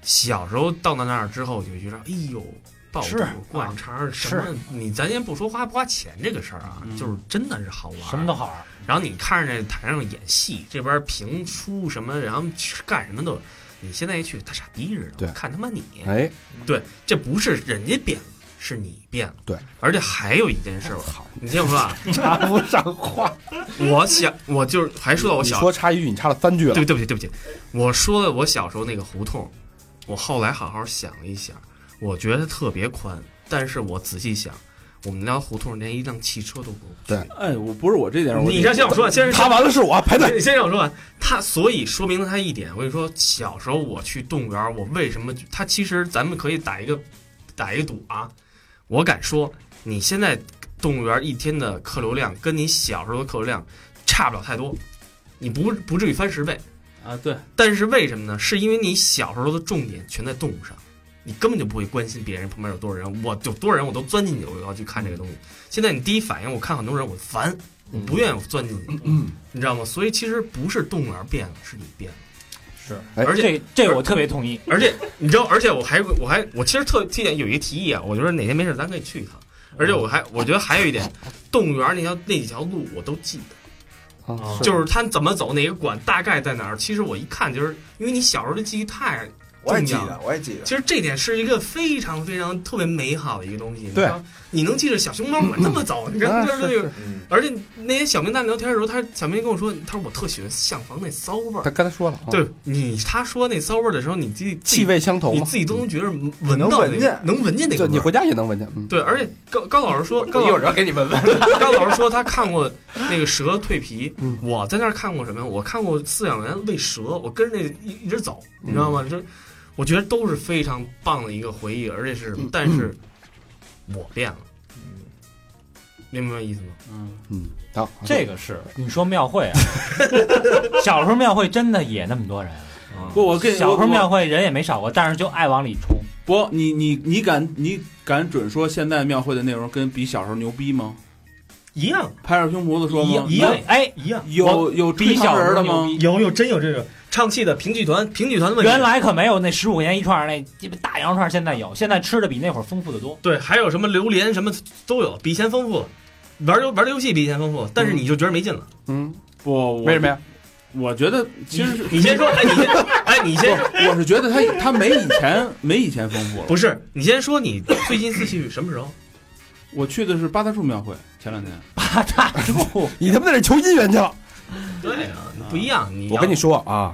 小时候到那那儿之后，我就觉得，哎呦，爆肚
是、
灌肠什么，你咱先不说花不花钱这个事儿啊，
嗯
就是真的是好玩。
什么都。好玩。
然后你看着台上演戏，这边评书什么，然后干什么都，你现在一去，他傻逼似的，
对
我看他妈你。
哎，
对，这不是人家变了，是你变了。
对，
而且还有一件事儿，你听我说啊，
插不上话。
我想我就是还说到我
你
小，
说插一句，你插了三句了
对。不对不起对不起，我说了我小时候那个胡同，我后来好好想了一想，我觉得特别宽，但是我仔细想，我们那条胡同连一辆汽车都不够。
对
哎，我不是我这点，我
你这先让我说，先
插完了是我排队。
你先让我说完。他所以说明了他一点，我跟你说，小时候我去动物园，我为什么就他其实咱们可以打一个打一个赌啊，我敢说，你现在动物园一天的客流量跟你小时候的客流量差不了太多，你不不至于翻十倍。
啊，对，
但是为什么呢？是因为你小时候的重点全在动物上，你根本就不会关心别人旁边有多少人，我有多少人我都钻进去，我要去看这个东西。现在你第一反应，我看很多人我烦，我不愿意钻进去，你知道吗？所以其实不是动物园变了，是你变了。
是，
哎
而且
这这我特别同意。
而且你知道，而且我还我还我其实特这点有一个提议啊，我觉得哪天没事咱可以去一趟。而且我还我觉得还有一点，动物园那条那几条路我都记得，
啊
就是它怎么走哪个馆大概在哪儿。其实我一看就是因为你小时候的记忆太
我也
中
记
奖
得，我也记得。
其实这点是一个非常非常特别美好的一个东西。
对，
你能记着小熊猫管那么早，你看
啊
就是那
是 [laughs]
个，
嗯，
[laughs] 而且那天小明在聊天的时候，他小明跟我说，他说我特喜欢相房那骚味
他
儿。
刚才说了，啊
对你，他说那骚味儿的时候，你自己
气味啊相投
你
嘛，
自己都能觉着闻
能
到那
闻
个
见
能闻见那
就
个味
你
儿。
回家也能闻见，嗯，
对，而且高高老师说，高
我一
老
会
师
儿要给你们问。
高老师说他看过那个蛇蜕皮
嗯，
我在那儿看过什么呀？我看过饲养员喂蛇，我跟着那一一直走，
嗯
你知道吗？这我觉得都是非常棒的一个回忆，而且是什
嗯
么？但是我变了，
嗯
明白意思吗？
嗯，好，
这个是你说庙会啊，小时候庙会真的也那么多人，啊
不，我跟
小时候
我
庙会人也没少过，但是就爱往里冲。
不，你你你敢你敢准说现在庙会的内容跟比小时候牛逼吗？
一样，
拍着胸脯子说吗？
一样哎，
一样。
有有吹
比小
糖人
时候
儿的
牛
吗？
逼。
有有真有这种唱戏的评剧团，评剧团问
原来可没有那十五块钱一串儿那鸡巴大羊串，现在有，现在吃的比那会儿丰富的多。
对，还有什么榴莲什么都有，比以前丰富了。玩游玩的游戏比以前丰富，但是你就觉得没劲了。
嗯，
不，我
为什么呀？
我觉得其实是
你先说，哎，你先，哎，你先说，
我是觉得他他没以前没以前丰富了。
不是，你先说你最近一次去什么时候？
我去的是八大处庙会，前两天
八大柱，
你他妈在这求姻缘去了。
对啊，不一样。你
我跟你说啊，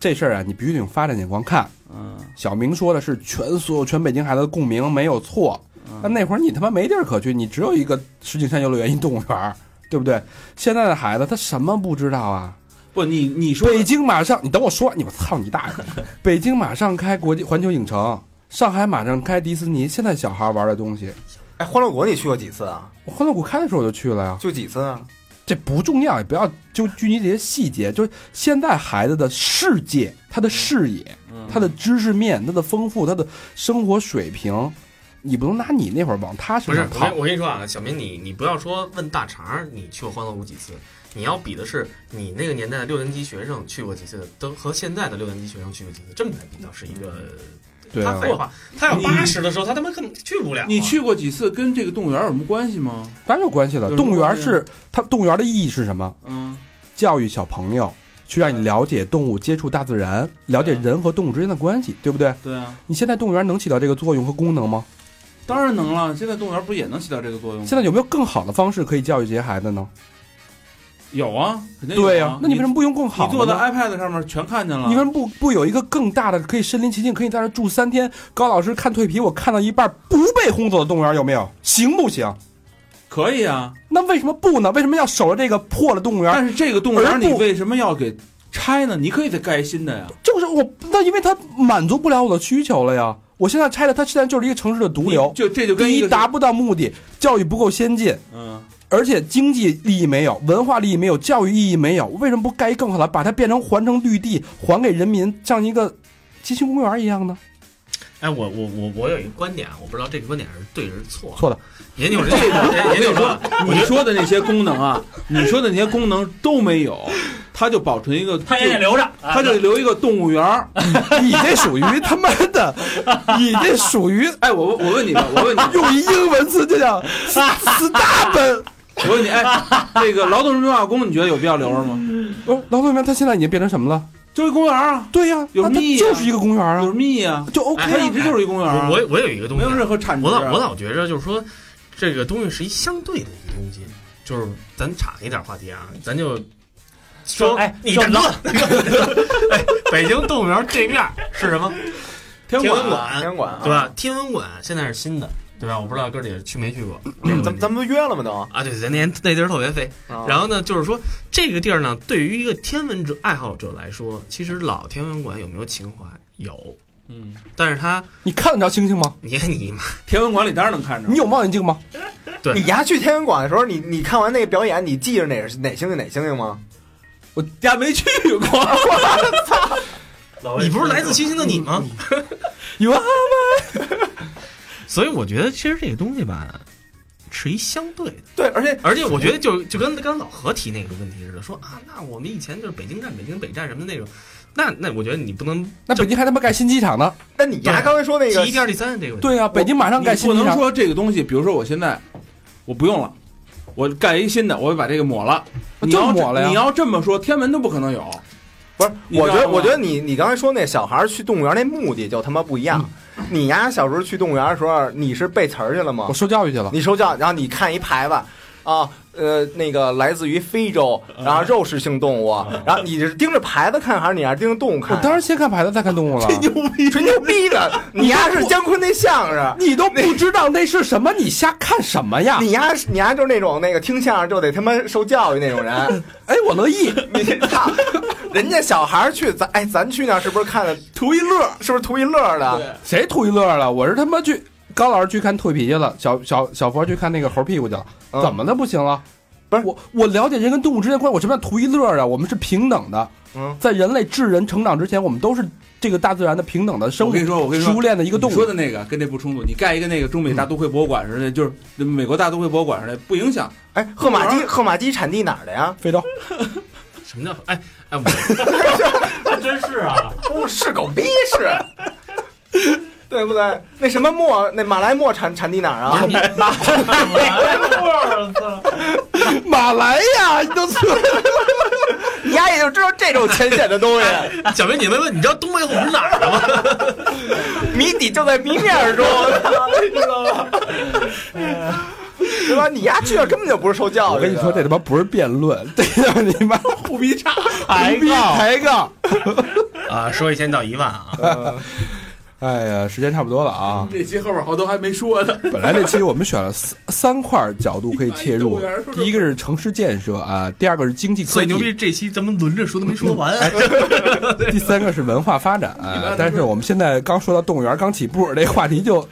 这事儿啊，你必须得用发展眼光看。
嗯，
小明说的是全所有全北京孩子的共鸣，没有错。但那会儿你他妈没地儿可去，你只有一个石景山游乐园、一动物园儿，对不对？现在的孩子他什么不知道啊？
不，你你说
北京马上，你等我说，你我操你大爷！北京马上开国际环球影城，上海马上开迪士尼，现在小孩玩的东西，
哎，欢乐谷你去过几次啊？
我欢乐谷开的时候我就去了呀。
就几次啊？
这不重要，也不要就拘泥这些细节。就是现在孩子的世界，他的视野，他的知识面，他的丰富，他的生活水平，你不能拿你那会儿往他身
不是
上
我
套
跟。我跟你说啊，小明，你你不要说问大肠儿你去过欢乐谷几次，你要比的是你那个年代的六年级学生去过几次，都和现在的六年级学生去过几次，这么来比较是一个。
对
他
啊，
废话，他要
你
八十的时候，他他妈根本去不了啊。
你去过几次，跟这个动物园有什么关系吗？
当然有关系了。
有什么
动物园
关
是它，动物园的意义是什么？
嗯，
教育小朋友，去让你了解动物，接触大自然，了解人和动物之间的关系，对不对？
对啊，
你现在动物园能起到这个作用和功能吗？
当然能了。现在动物园不也能起到这个作用吗？
现在有没有更好的方式可以教育这些孩子呢？
有啊，肯定有啊
对呀、那你为什么不用更好
你
的呢？
坐在 iPad 上面全看见了？
你为什么不不有一个更大的，可以身临其境，可以在这住三天？高老师看蜕皮，我看到一半不被轰走的动物园有没有？行不行？
可以啊，
那为什么不呢？为什么要守着这个破的动物园？
但是这个动物园
啊而不
你为什么要给拆呢？你可以再盖新的呀。
就是我，那因为它满足不了我的需求了呀。我现在拆了它，现在就是一个城市的毒瘤
你。就这就跟
第
一个
一，达不到目的，教育不够先进，
嗯，
而且经济利益没有，文化利益没有，教育意义没有。为什么不盖一更好的，把它变成还成绿地，还给人民，像一个基情公园一样呢？
哎，我我我我有一个观点啊，我不知道这个观点是对还是错啊。
错的
哎
研究人家，研究说，
[laughs] 你说的那些功能啊，你说的那些功能都没有，它就保存一个，
他也得留着，啊
它就留一个动物
[laughs]
园儿。
[laughs] 你这属于他妈的，你这属于
哎，我我问你吧，我问你，
用一英文词就叫
[laughs]
stop。
我问你，哎，这个劳动人民文化宫，你觉得有必要留着吗？
不哦是，劳动员他现在已经变成什么了？
[laughs] 就是公园儿啊，
对呀、
有
那他
蜜呀
就是一个公园
有什
啊，
么意义啊？
就 OK
它一
啊。
直就是一公园儿啊，
我我有一个东
没
西啊，
有任何产值
我
啊。
老我老觉着就是说，这个东西是一相对的一个东西，就是咱岔开一点话题啊，咱就说，
哎
你
就
敢 [laughs] 论？哎，北京动物园对面是什么？
天
天
文
文馆，
天馆啊
对吧？天文馆现在是新的，对吧？我不知道哥几个去没去过，这
咱
个问
们
题
咱们不约了吗？都。
啊，对，咱那那地儿特别肥。
啊
然后呢，就是说这个地儿呢，对于一个天文者爱好者来说，其实老天文馆有没有情怀？有，
嗯，
但是他，
你看得着星星吗？
你看你妈，
天文馆里当然能看着
你。有望远镜吗？
对
你牙去天文馆的时候，你你看完那个表演，你记着哪是哪星星哪星星吗？
我家没去过，
你不是嗯来自星星的你吗？
[laughs] 有啊，
所以我觉得其实这个东西吧，是一相对的。
对，而且
而且我觉得就就跟刚刚老何提那个问题似的，说啊，那我们以前就是北京站、北京北站什么的那种，那那我觉得你不能
那北京还他妈盖新机场
[laughs]
呢。
那你牙
对
刚才说那
提
个
一第二、第三这个问题。
对啊，北京马上盖
你不
新机
能
场。
说这个东西，比如说我现在我不用了，我盖一新的，我把这个抹了。
那
你要
就抹了呀
[laughs] 你要这么说，天文都不可能有。
不是，
你知道
我觉得，
吗
我觉得你你刚才说那小孩儿去动物园那目的就他妈不一样。你呀，小时候去动物园的时候，你是背词儿去了吗
我？受教育去了，
你受教，然后你看一牌子啊，呃，那个来自于非洲，然后肉食性动物，然后你是盯着牌子看，还是你还是盯着动物
我
看？
当然先看牌子再看动
[laughs]
物了。
啊
吹牛逼的，你丫是姜昆那相声，
你都不知道那是什么，你瞎看什么呀？
你丫是你丫就是那种那个听相声就得他妈受教育那种人，
哎，我乐
[laughs]
意。
你操， [laughs] 人家小孩儿去咱哎咱去那儿是不是看的图一乐？是不是图一乐的？
谁图一乐了？我是他妈去高老师去看兔皮去了，小小小佛去看那个猴屁股去了，
嗯
怎么的不行了？
不是
我，我了解人跟动物之间的关系，我什么叫图一乐啊？我们是平等的，
嗯，
在人类智人成长之前，我们都是这个大自然的平等的生
我
物
跟你说，我跟你说
食物，链的一个动
你说
物。
的那个嗯跟这不冲突。你盖一个那个中美大都会博物馆似的，就是美国大都会博物馆似的，不影 [laughs] 响。
哎，褐马鸡褐马鸡产地哪儿的呀？
非洲，
什么叫哎哎，我
真是啊，
不哦是狗逼是， [laughs] 对不对？那什么墨那马来墨产产地哪儿啊？
马来呀，你都错了。
你丫也就知道这种浅显的东 [laughs] 西，
小明，你问问，你知道东北虎是哪儿的吗？
谜底就在谜哎面中，哎知道吗？ [laughs] 对吧？你丫去那根本就不是受教育。
[laughs] 我跟你说，这他妈不是辩 [laughs] 论，这叫你妈互逼叉，
抬
互逼
杠
抬杠。
啊，说一千道一万啊！
哎呀，时间差不多了啊！
这期后边好多还没说呢。
[laughs] 本来这期我们选了三三块角度可以切入
哎动物园，是不是
第一个是城市建设啊，第二个是经济
所
科
以牛
技，
逼，这期咱们轮着说都没说完。
第三个是文化发展、啊。但是我们现在刚说到动物园刚起步，这话题就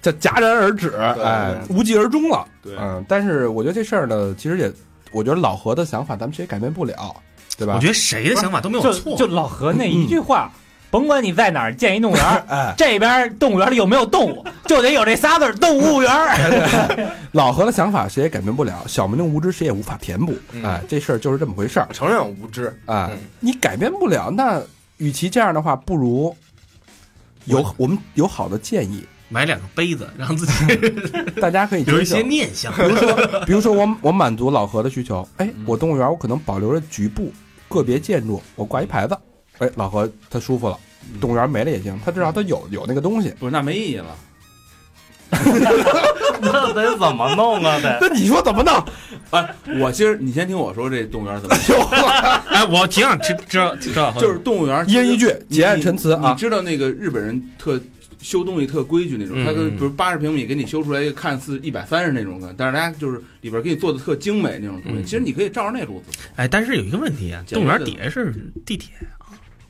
就戛然而止，哎，无疾而终了。
对
嗯，但是我觉得这事儿呢，其实也，我觉得老何的想法咱们谁也改变不了，对吧
我觉？得谁的想法都没有
就
错，
就老何那一句话，甭管你在哪儿建一动物园儿，
哎，
这边动物园里有没有动物，就得有这仨字儿动物园儿。
老何的想法谁也改变不了，小明的无知谁也无法填补，
嗯
哎，这事儿就是这么回事儿。
承认我无知，
啊
嗯，
你改变不了，那与其这样的话，不如有我们有好的建议，
买两个杯子，让
[laughs]
自己
大家可以
有一
接受
些。念想。
比如说我我满足老何的需求，哎，我动物园我可能保留着局部个别建筑，我挂一牌子，哎，老何他舒服了，动物园没了也行，他至少他有有那个东西。
不是，那没意义了。
那得怎么弄啊？得
那你说怎么弄？
哎，我今儿你先听我说，这动物园怎么
哎，我挺想知知道知道，
就是动物园
一啊人一句，
你
结案陈词
你
啊！
知道那个日本人特修东西特规矩那种，
嗯
他跟比如八十平米给你修出来一个看似一百三十那种的，但是他就是里边给你做的特精美那种东西。
嗯
其实你可以照着那路子，
哎，但是有一个问题啊，
简直
动物园
就
底下是地铁，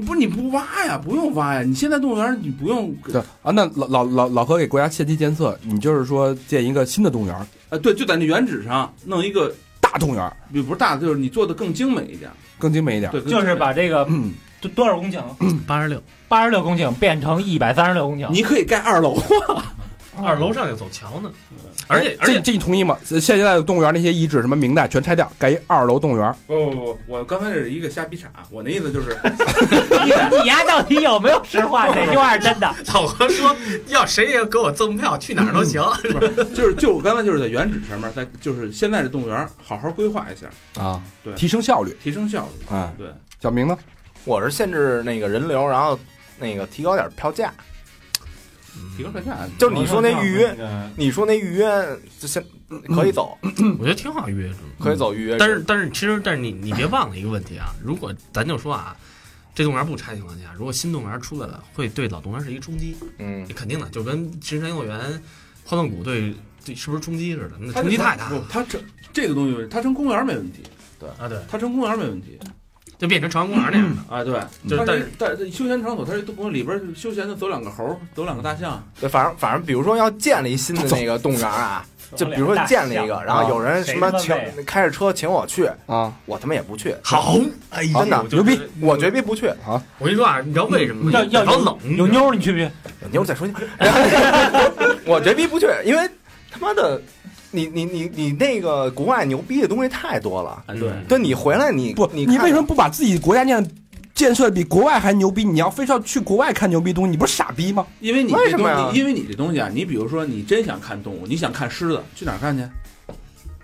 不是你不挖呀，不用挖呀。你现在动物园你不用
对啊，那老老老老何给国家献计献策，你就是说建一个新的动物园，
啊，对，就在那原址上弄一个，
大动物园
也不是大的，就是你做的更精美一点。
更精美一点。
对，更
就是把这个
嗯，
多多少公顷，
八十六，
八十六公顷变成一百三十六公顷。
你可以盖二
[laughs]
楼。
二楼上有走桥呢，而且而
这
且
这你同意吗？现现在的动物园那些遗址什么明代全拆掉，盖一二楼动物园。
不不不，我刚才这是一个瞎逼扯，我那意思就是，
[laughs] 你你丫到底有没有实话？哪句话是真的？
老何说要谁也给我赠票，去哪儿都行。
[laughs] 就是就我刚才就是在原址上面，在就是现在这动物园好好规划一下，
啊，
对
提升效率。
提升效率。
哎，
对，
小明呢？
我是限制那个人流，然后那个提高点票价。
提高票啊价。
就是你说哦那预约，
嗯
你说那预约就先可以走，
嗯 [laughs] 我觉得挺好约的，
可以走预
哎
约制。
但是但是其实但是你你别忘了一个问题啊，如果咱就说啊，这动物园不拆的情况下，如果新动物园出来了，会对老动物园是一个冲击，
嗯，
肯定的，就跟深山幼儿园、欢乐谷对对是不是冲击似的，那
它
冲击太
哎
大
不
了，
它成这个东西，它成公园没问题，
啊，对，
它成公园没问题
就变成朝阳公园那样的。
啊。对，
就是
它
但
是但是休闲场所，它是动物园里边休闲的走两个猴，走两个大象，
对，反正反正，比如说要建立新的那个动物园啊，就比如说建立一个，然后有人什么请
谁他妈
开着车请我去，
啊，
我他妈也不去，
好，哎呀
真的
我就
牛逼
我绝逼不去。
我跟你说啊，你知道为什么吗？
要要
要冷，
有妞儿你去不去？
你一会 [laughs] 儿再说去，我绝逼不去，因为他妈的，你你你你那个国外牛逼的东西太多了。
嗯
哎，对，
对你回来你
不，
你
你为什
么
么不把自己国家建建设得比国外还牛逼？你要非是要去国外看牛逼东西，你不是傻逼吗？
因为你
为
这
什么呀
东西，因为你这东西啊，你比如说你真想看动物，你想看狮子，去哪儿看去？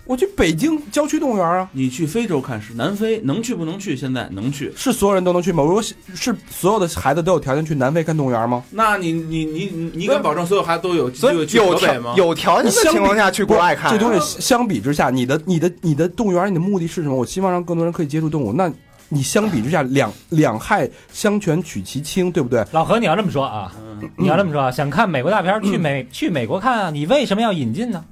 我去北京郊区动物园啊，
你去非洲看是南非能去不能去？现在能去。
是所有人都能去吗？如果是是所有的孩子都有条件去南非看动物园吗？
那你你你你你敢保证所有孩子都有机
所
会
以
去
有
河北
条
吗？
有条件的情况下去国外看
这东西相比之下，你的你的你的动物园，你的目的是什么？我希望让更多人可以接触动物。那你相比之下，两两害相权取其轻，对不对？
老何，你要这么说啊，
嗯
你要这么说啊，想看美国大片儿，去美去美国看啊，你为什么要引进呢？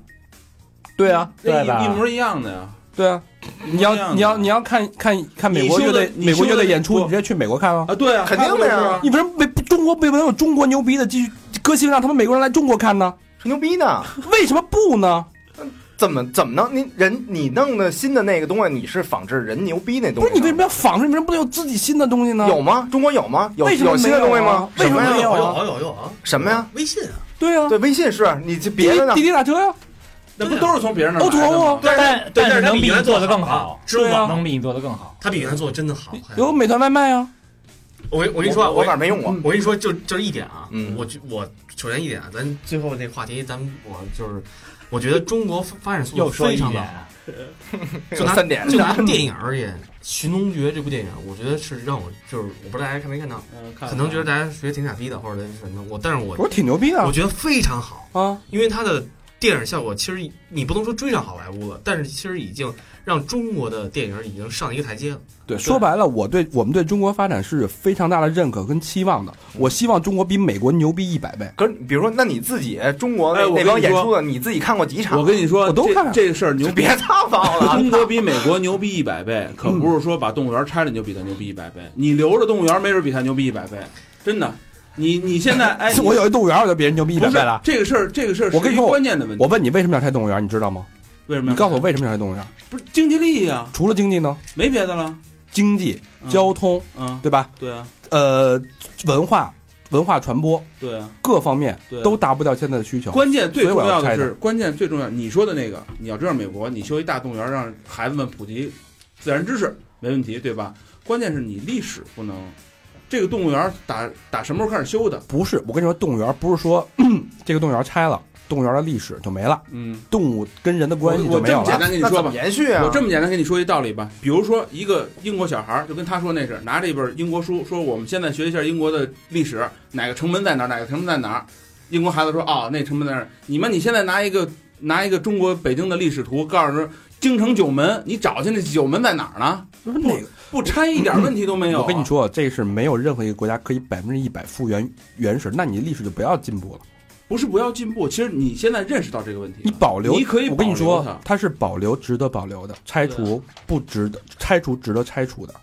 对啊，
那
对吧
一一模一样的呀。
对啊。你
一模一样
要
的
你要你要看看看美国乐队
你修的
美国乐队
你修的
演出，
不
你直接去美国看啊！
啊，对啊，
肯定
他
的呀
们就是
你为什么没中国为什么有中国牛逼的继续歌星让他们美国人来中国看呢？
吹牛逼呢？
为什么不呢？
怎么怎么能？你人你弄的新的那个东西，你是仿制人牛逼那东
不
西？
是你为什么要仿制？你为什么不能有自己新的东西呢？
有吗？中国有吗？有
为什么
有新的
没有
东西
啊
吗？
为什么
呀
没有啊
有有有啊，
什么呀？
微信啊，
对啊，
对，微信是你这别
滴
的呢
滴？滴打车呀，
那不都是从别人那
欧
儿
图
来的
啊
吗？，
但
对但
但
是
是
它
能
比
比
原来
你
做
做
的
的
更
更
好
好，
支付
对啊
宝
能比你做的更好。
他比原来做的真的好。还
有美团外卖啊，
我跟我
我
跟你说啊，
我哪
跟
儿没用过？
我跟你说，就就是一点啊，
嗯
我就我首先一点啊，咱最后那话题，咱们我就是，我觉得中国发展速度非常的好。就拿
有三点
就拿电影而言，《寻龙诀》这部电影，我觉得是让我就是，我不知道大家看没看到，
嗯看
可能觉得大家觉得挺傻逼的，或者什么，我但是我
我挺牛逼的
我觉得非常好，
啊！
因为它的电影效果其实你不能说追上好莱坞了，但是其实已经让中国的电影已经上了一个台阶了。
对，说白了，我对我们对中国发展是有非常大的认可跟期望的。我希望中国比美国牛逼一百倍。
可是比如说，那你自己中国那
哎我跟
那
你
帮演
说
出的，你自己看过几场？
我跟你说，
我都
这
看了，
这个事儿牛
就
逼
别。他方了，啊
中国比美国牛逼一百倍，可不是说把动物园拆了你就比它牛逼一百倍。你留着动物园，没准比它牛逼一百倍，真的。你你现在哎
[laughs] 我有一动物园，我就比人牛逼一
不
百
是
倍了。
这个事儿，这个事儿是
我跟你
一
说
关键的问题。
我问你为什么要拆动物园，你知道吗？
为什么要？
你告诉我为什么要拆动物园？
不是经济利益啊，
除了经济呢？
没别的了。
经济、
嗯
交通，
嗯，
对吧？
对啊，
呃，文化、文化传播
对啊。
各方面
对
都达不到现在的需求。
关键最重要
所以我要拆
的
它
是，关键最重要，你说的那个，你要知道美国，你修一大动物园，让孩子们普及自然知识，没问题，对吧？关键是你历史不能，这个动物园打打什么时候开始修的？
不是，我跟你说，动物园不是说 [clears throat] 这个动物园拆了，动物园的历史就没了，
嗯，
动物跟人的关系
我
就
我
没
这
有
么 [laughs] 简
了。
单跟你
那
说
怎
吧
么，延续啊？
我这么简单跟你说一道理吧，比如说一个英国小孩儿，就跟他说那是拿着一本英国书，说我们现在学一下英国的历史，哪个城门在哪儿，哪个城门在哪儿。英国孩子说哦，那城门在那儿。你们你现在拿一个拿一个中国北京的历史图，告诉说京城九门，你找去那九门在哪儿呢？
不是哪个
不拆一点问题都没有啊、
我跟你说，这是没有任何一个国家可以百分之一百复原原始，那你的历史就不要进步了。
不是不要进步，其实你现在认识到这个问题了，
你保留，
你可以
我跟你
保留
说
它，
它是保留值得保留的，拆除不值得，拆除值得拆除的。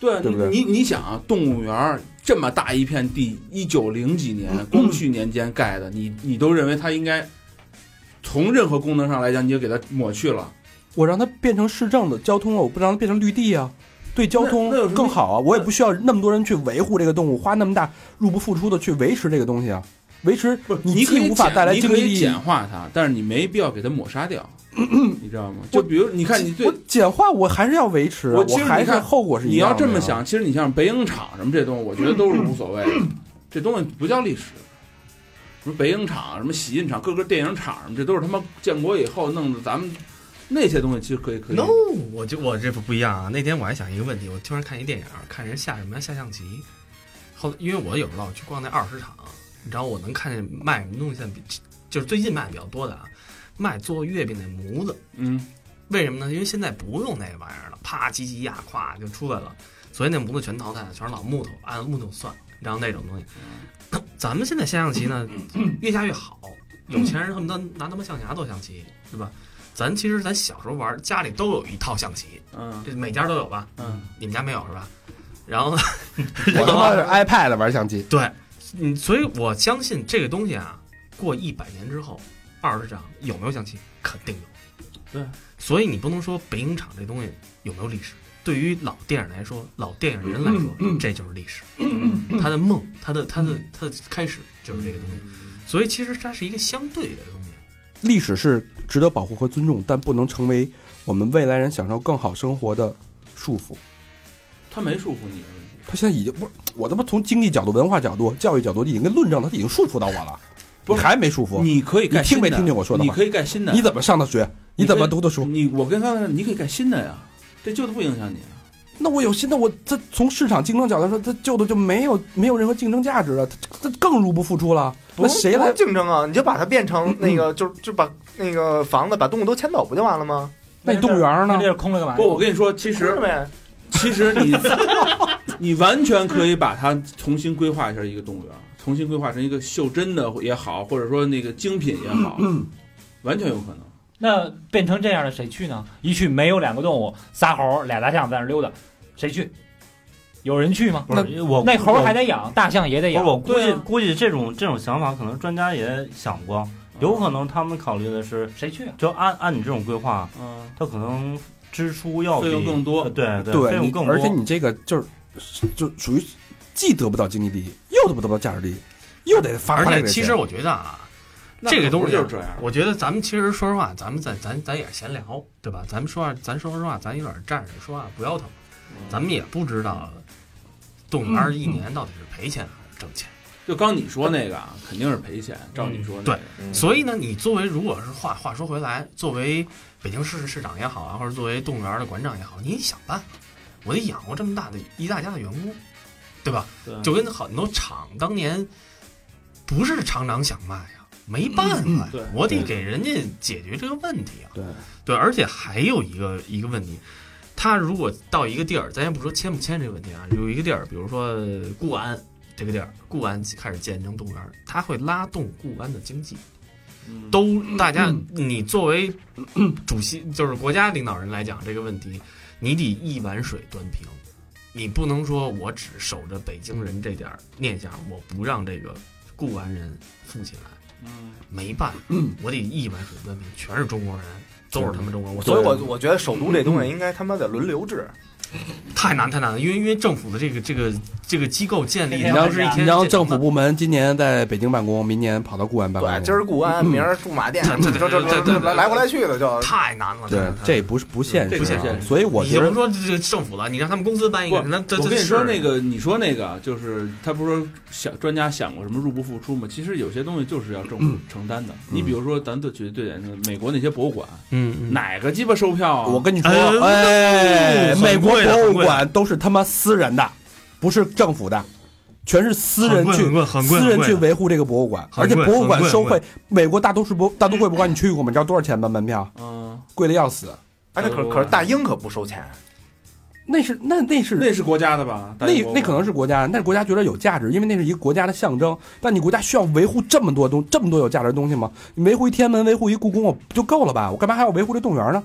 对，
对不对
你你你想啊，动物园儿这么大一片地，一九零几年
嗯
光绪年间盖的，你你都认为它应该从任何功能上来讲，你就给它抹去了。
我让它变成市政的交通了，啊我不让它变成绿地啊，对交通
那那有什么
更好啊。我也不需要那么多人去维护这个动物，花那么大入不敷出的去维持这个东西啊，维持
不是，
你
可
既
以
无法
简
带来
你
经
可
济
以
利益
简，化它，但是你没必要给它抹
[clears throat]
杀掉，你知道吗？就比如你看，你对
我简化我还是要维持啊，
我
我
其实
还
你
是
看
后果是一
你
样
要
的啊
这
呀，
么想，其实你像北影厂什么这东西，我觉得都是无所谓的，这东西不叫历史。什么北影厂、什么洗印厂、各个电影厂什么，这都是他妈建国以后弄的，咱们那些东西其实可以可以。
No，我就我这不不一样啊。那天我还想一个问题，我突然看一电影，看人下什么呀下象棋。后因为我有时候老去逛那二十场，你知道我能看见卖什么东西现在比，就是最近卖的比较多的啊，卖做月饼那模子。
嗯，
为什么呢？因为现在不用那玩意儿了，啪叽叽呀，咵就出来了。所以那模子全淘汰了，全是老木头，按木头算，然后那种东西。咱们现在下象棋呢，越下越好，有钱人恨不得拿他妈象牙斗象棋，是吧？咱其实咱小时候玩，家里都有一套象棋，
嗯
这每家都有吧？
嗯，
你们家没有是吧？然后，
我他妈是 iPad 玩相机
对，嗯，所以我相信这个东西啊，过一百年之后，二十场有没有象棋，肯定有。
对，
所以你不能说北影厂这东西有没有历史。对于老电影来说，老电影人来说，这就是历史，他的梦，他的他的他的开始就是这个东西。所以其实它是一个相对的东西。
历史是值得保护和尊重，但不能成为我们未来人享受更好生活的束缚。
他没束缚你。
他现在已经不是我他妈从经济角度、文化角度、教育角度已经跟论证，他已经束缚到我了，
不
你
是
还没束缚？
你可以盖新的
你听没听见我说的话
你可以盖新的。
你怎么上的学？你怎么读的书？
你我跟刚才说你可以改新的呀，这旧的不影响你啊。
那我有新的，我这从市场竞争角度说，它旧的就没有没有任何竞争价值了，它它更入不敷出了。那谁
不
来
是？竞争啊？你就把它变成那个，就是就把那个房子把动物都迁走不就完了吗？
那你动物园呢
那地？儿空了干
哎
嘛
不，？我跟你说，其
是
实
呗，
其实你你完全可以把它重新规划一下一个动物园，重新规划成一个袖珍的也好，或者说那个精品也好，完全有可能。
那变成这样了，谁去呢？一去没有两个动物，仨猴儿俩大象在那儿溜达，谁去？有人去吗？
不是我
那猴儿还
得
得养，大象也得
不是
养。
我估
对
计
啊
估计这种这种想法，可能专家也想过，有可能他们考虑的是，
嗯谁去啊？
就按按你这种规划，
嗯，
他可能支出要比
费用更多
呃对
啊
对费
对，
用
你
更多，
而且你这个就是就属于既得不到经济利益，又得不到价值利益，又得发。
而
发
且
这
其
些
实我觉得啊，
那
这个
可
东
不
西啊
就是这样。
我觉得咱们其实说实话，咱们在咱咱也是闲聊，对吧？咱们说话，咱说实话，咱有点站着说话不腰疼，咱们也不知道动物园一年到底是赔钱还是挣钱。
就刚你说那个啊，肯定是赔钱。照你说那个，
所以呢，你作为如果是话话说回来，作为北京市市长也好啊，或者作为动物园的馆长也好，你得想办法。我得养活这么大的一大家的员工，对吧？
对
就跟很多厂当年不是厂长想卖呀，没办法呀，
嗯对
我得给人家解决这个问题啊。
对
对，而且还有一个一个问题，他如果到一个地儿，咱先不说签不签这个问题啊，有一个地儿，比如说呃固安这个地儿，固安开始建成动物园，它会拉动固安的经济。嗯
嗯
都，大家，你作为主席，就是国家领导人来讲这个问题，你得一碗水端平，你不能说我只守着北京人这点儿念想，我不让这个固安人富起来，
嗯，
没办法，我得一碗水端平，全是中国人，都是他们中国人，我
所以我我觉得首都这东西应该他妈的轮流制，
太难太难了，因为因为政府的这个这个这个机构建立，
你
你
当
让
时一
你
天
让政府部门今年在北京办公，明年跑到固安办
对，
公。
今儿固安，明儿驻马店，
对对
这这
嗯对对对
这来来回来去的就
太难了，
对
太，
这不是不现
这不
实
现
啊，
实
所以我
你
觉
就
得
甭说这这政府了，你让他们公司办一个，
不
那这
我跟你说，那
个
个你说那个，就是他不是说想专家想过什么入不敷出吗？其实有些东西就是要政府承担的。你比如说，咱就举对点，美国那些博物馆，
嗯
哪个鸡巴售票啊？
我跟你说，
哎
哎，
很
美国
贵的
博
很
物
贵的
馆都是他妈私人的，不是政府的，全是私人去
很贵很贵
私人去
很贵
维护这个博物馆，而
很
且
贵
博物馆
很贵
收
很
费，美国大都市博大都会博物馆你去过吗？你知道多少钱吗？门票
嗯，
贵的要死，
哎，那可可是大英可不收钱，
那是那那是
那是国家的吧？大
那
英博物
那
馆
可能是国家，但是国家觉得有价值，因为那是一个国家的象征。但你国家需要维护这么多东这么多有价值的东西吗？你维护一天安门，维护一故宫，我就够了吧？我干嘛还要维护这动物园呢？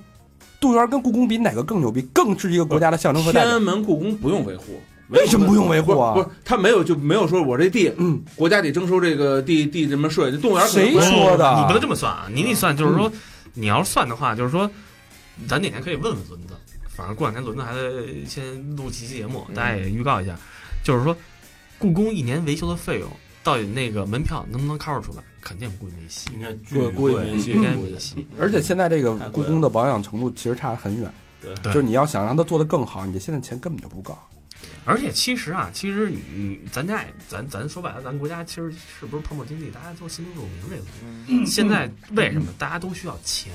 动物园跟故宫比，哪个更牛逼？更是一个国家的象征和代
天
表
安。门故宫不用维护，
[laughs] 为什么不用维护啊
不是，不是他没有就没有说我这地
嗯，
国家得征收这个地地什么税，这动物园可能
谁
不用
哎说的？嗯
你不能这么算啊，你得算，就是说，你要是算的话，就是说，咱哪天可以问问轮子，反正过两天轮子还得先录几期节目，大家也预告一下，
嗯
就是说，故宫一年维修的费用到底那个门票能不能 cover 出来？肯定估计没戏，
应该巨
贵嗯贵明
应
嗯
星
该没戏。
而
嗯
且现在这个
太
故
贵了
宫的保养程度其实差得很远，
对
就是你要想让它做得更好，你现在钱根本就不够。
而且其实啊，其实你你咱家也咱咱说白了，咱国家其实是不是泡沫经济，大家都心知肚明这个东西。现在为什么大家都需要钱？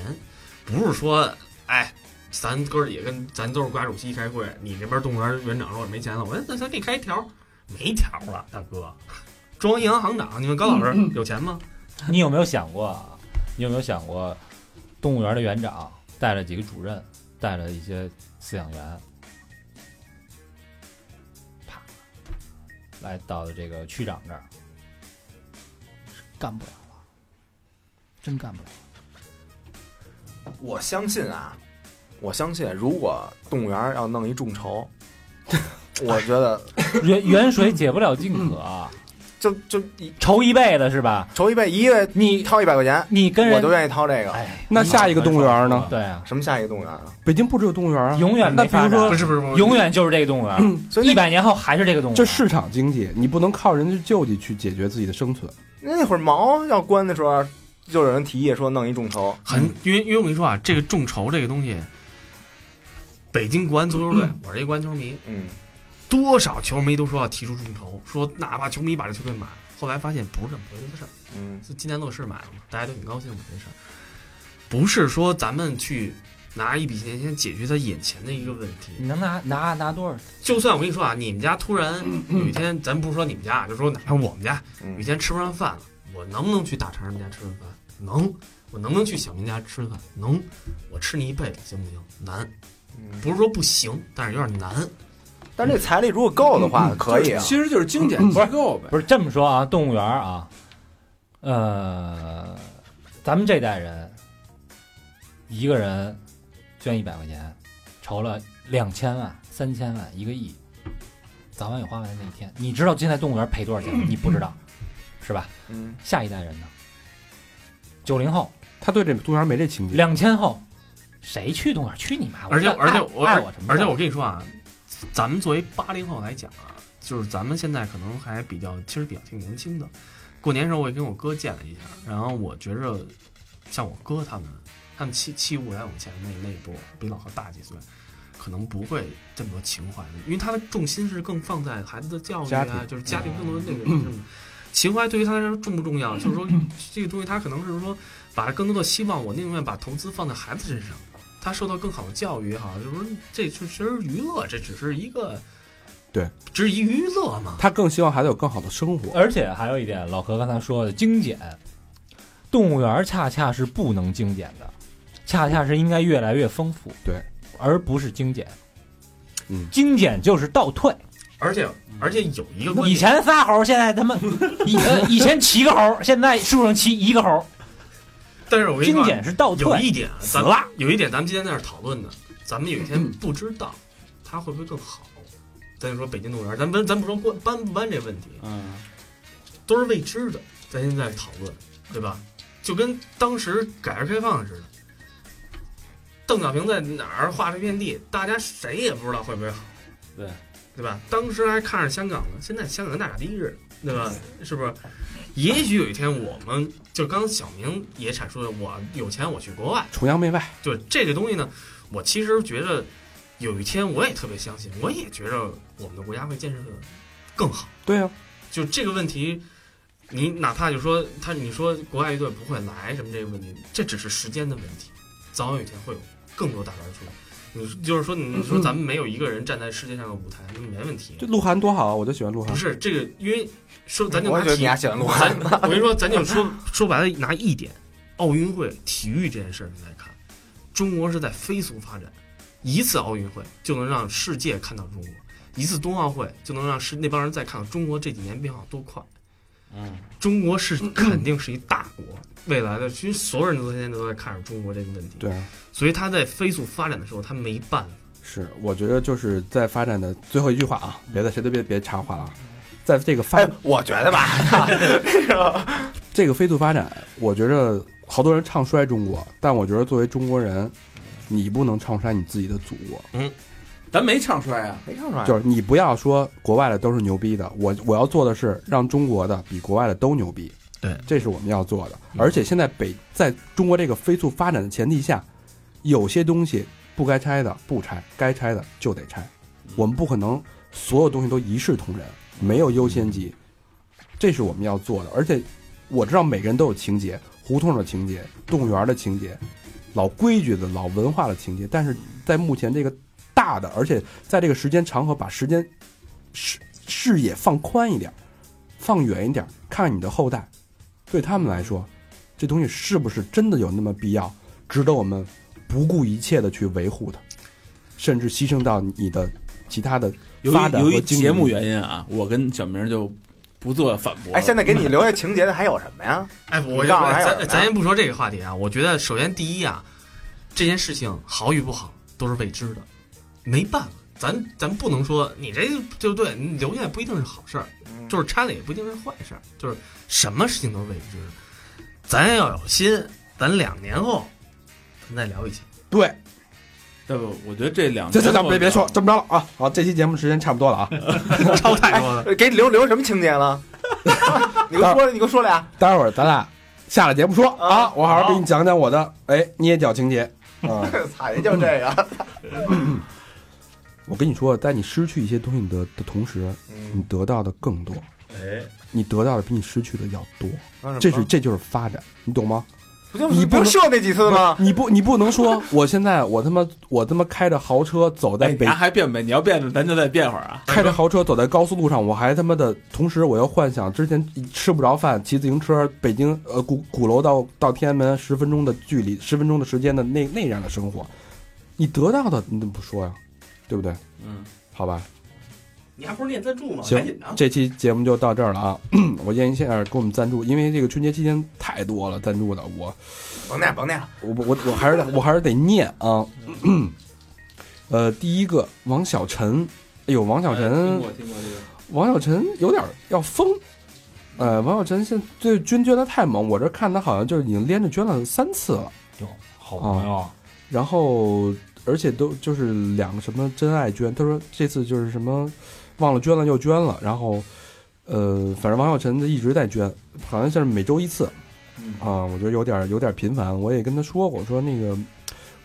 不是说哎，咱哥儿也跟咱都是国家主席开会，你这边动物园园长说我没钱了，我说那咱给你开一条，没条了，大哥。中央银行行长，你们高老师有钱吗？
你有没有想过啊？你有没有想过，动物园的园长带了几个主任，带了一些饲养员，啪，来到了这个区长这儿，干不了了，真干不了。
我相信啊，我相信如果动物园要弄一众
[laughs]
筹，我觉得
远远水解不了近渴啊，
就就一
愁一辈子是吧？
筹一倍，一个
你
掏一百块钱，
你跟
我就
人
愿意掏这个。
哎，
那下一个动物园呢？
对啊，
什么下一个动物园啊？
北京不只有动物园啊，
永远
那
没
比如
发展
说
不是不是不是，
永远就是这个动物
嗯
园，
所以
一
那
百年后还是这个动物园。
这市场经济，你不能靠人家救济去解决自己的生存。
那会儿毛要关的时候，就有人提议说弄一众筹，
很，
嗯
因为因为我跟你说啊，这个众筹这个东西，北京国安足球队，我是一国安球迷，
嗯，
多少球迷都说要提出众筹，说哪怕球迷把这球队买了，后来发现不是这么回事儿，
嗯，
就今年乐视买了嘛，大家都挺高兴的这事儿。不是说咱们去拿一笔钱先解决他眼前的一个问题。
你能拿拿拿多少？
就算我跟你说啊，你们家突然有一天，咱不是说你们家啊，就说哪怕我们家
嗯
有一天吃不上饭了，我能不能去大肠人家吃顿饭？能。我能不能去小明家吃顿饭？能。我吃你一辈子行不行？难。
嗯
不是说不行，但是有点难。
但是这财力如果够的
嗯
话，可以啊。
其实就是精简
嗯
机构呗。
不是这么说啊，动物园儿啊，呃，咱们这代人一个人捐一百块钱，筹了两千万、三千万、一个亿，早晚有花完的那一天。你知道现在动物园赔多少钱吗？你不知道，是吧？
嗯，
下一代人呢？九零后、
他对这动物园没这情节，
两千后，谁去动物园？去你妈！我
而且
爱
而且我
爱我什么事儿？
而且我跟你说啊，咱们作为八零后来讲啊，就是咱们现在可能还比较，其实比较挺年轻的。过年时候我也跟我哥见了一下，然后我觉着像我哥他们，他们七七五来往前那那一波，比老何大几岁，可能不会这么多情怀，因为他的重心是更放在孩子的教育
家
啊
庭，嗯
就是家庭更多的那个什么。情怀对于他来说重不重要？
[laughs]
就是说，这个东西他可能是说，把更多的希望，我宁愿把投资放在孩子身上，他受到更好的教育也好，就是说这其实娱乐，这只是一个，
对，
只是一娱乐嘛。
他更希望孩子有更好的生活。
而且还有一点，老何刚才说的精简，动物园恰恰是不能精简的，恰恰是应该越来越丰富，
对，
而不是精简。
嗯
精简就是倒退。
而且而且有一个观
以
点，
前仨猴，现在他
[laughs]
妈以呃以前骑个猴，现在树上骑一个猴。
但是我跟你
精
说啊，
简是倒
有
退，
一点
死
咱们
了嗯
有一点咱们今天在这儿讨论的，咱们有一天不知道它会不会更好。咱就说北京动物园，咱不咱不说关搬不搬这问题，
嗯，
都是未知的，咱现在讨论，对吧？就跟当时改革开放似的，邓小平在哪儿划了一片地，大家谁也不知道会不会好，
对
对吧？当时还看着香港呢，现在香港跟大傻逼似的，对吧？是不是？也许有一天我们就刚小明也阐述了，我有钱我去国外，
崇洋媚外，
就这个东西呢，我其实觉得有一天我也特别相信，我也觉着我们的国家会建设得更好。
对啊，
就这个问题，你哪怕就说他，你说国外乐队不会来什么这个问题，这只是时间的问题，早晚有一天会有更多大牌出来。你就是说，你说咱们没有一个人站在世界上的舞台，那没问
嗯
题。
这鹿晗多好啊，我就喜欢鹿晗
不。是这个，因为说咱就
我也
拿
觉得
体
你还喜欢鹿
[laughs]
晗。
咱我跟你说，咱就说说白了，拿一点，奥运会体育这件事儿来看，中国是在飞速发展，一次奥运会就能让世界看到中国，一次冬奥会就能让世那帮人再看到中国这几年变化多快。嗯，中国是肯定是一大国，未来的其实所有人都现在都在看着中国这个问题，
对啊，
所以他在飞速发展的时候，他没办法。
是，我觉得就是在发展的最后一句话啊，别的谁都别别插话了啊。在这个发、
哎，我觉得
[laughs]
吧，
这个飞速发展，我觉着好多人唱衰中国，但我觉得作为中国人，你不能唱衰你自己的祖国。
咱没唱衰啊，
没看出来。
就是你不要说国外的都是牛逼的，我我要做的是让中国的比国外的都牛逼，
对，
这是我们要做的。而且现在北在中国这个飞速发展的前提下，有些东西不该拆的不拆，该拆的就得拆，我们不可能所有东西都一视同仁，没有优先级，这是我们要做的。而且我知道每个人都有情节，胡同的情节，动物园的情节，老规矩的老文化的情节，但是在目前这个大的，而且在这个时间长河，把时间视视野放宽一点，放远一点，看看你的后代，对他们来说，这东西是不是真的有那么必要，值得我们不顾一切的去维护它，甚至牺牲到你的其他的
由
发
于
展
由
和
于
经济
节目原因啊，我跟小明就不做反驳了。
哎，现在给你留下情节的还有什么呀？
哎，我
你告诉我还有
咱
人
咱先不说这个话题啊，我觉得首先第一啊，这件事情好与不好都是未知的，没办法，咱咱不能说你这就对，你留下也不一定是好事儿，就是拆了也不一定是坏事儿，就是什么事情都是未知的，咱要有心，咱两年后咱再聊一期。
对，啊
要不，我觉得这两
这这这别别说，这么着了啊！好，这期节目时间差不多了啊，
超
哎
太多了，
呃 [laughs] 给你留留什么情节了？ [laughs] 你给我说，你给我说俩。
[laughs] 待会儿咱俩下了节目说啊
啊，
我好好给你讲讲我的哎捏脚情节啊。
[laughs] 操，也就这个。
我跟你说，在你失去一些东西的的同时，
嗯
你得到的更多，
哎，嗯
你得到的比你失去的要多，
那什么
这是这就是发展，你懂吗？
不就
你不能
射那几次吗？
你不，你不能说我现在我他妈我他妈开着豪车走在
哎，
北
咱，还变呗？你要变着，咱就再变会儿啊。
开着豪车走在高速路上，我还他妈的，同时我又幻想之前吃不着饭，骑自行车北京呃鼓鼓楼到到天安门十分钟的距离，十分钟的时间的那那样的生活，你得到的你怎么不说呀？对不对？
嗯，
好吧，
你还不是练赞助吗？
行
赶紧的啊，
这期节目就到这儿了啊！ [clears throat] 我建议现在给我们赞助，因为这个春节期间太多了赞助的，我
甭念甭念了，
我我我还是得我还是得念啊。呃，第一个王小晨，哎呦，王小晨，
听过这
王小晨有点要疯。呃，王小晨现在对捐捐的太猛，我这看他好像就是已经连着捐了三次了，
好朋友，啊
然后而且都就是两个什么真爱捐，他说这次就是什么忘了捐了又捐了，然后呃，反正王小晨一直在捐，好像是每周一次，
嗯
啊，我觉得有点有点频繁，我也跟他说过，我说那个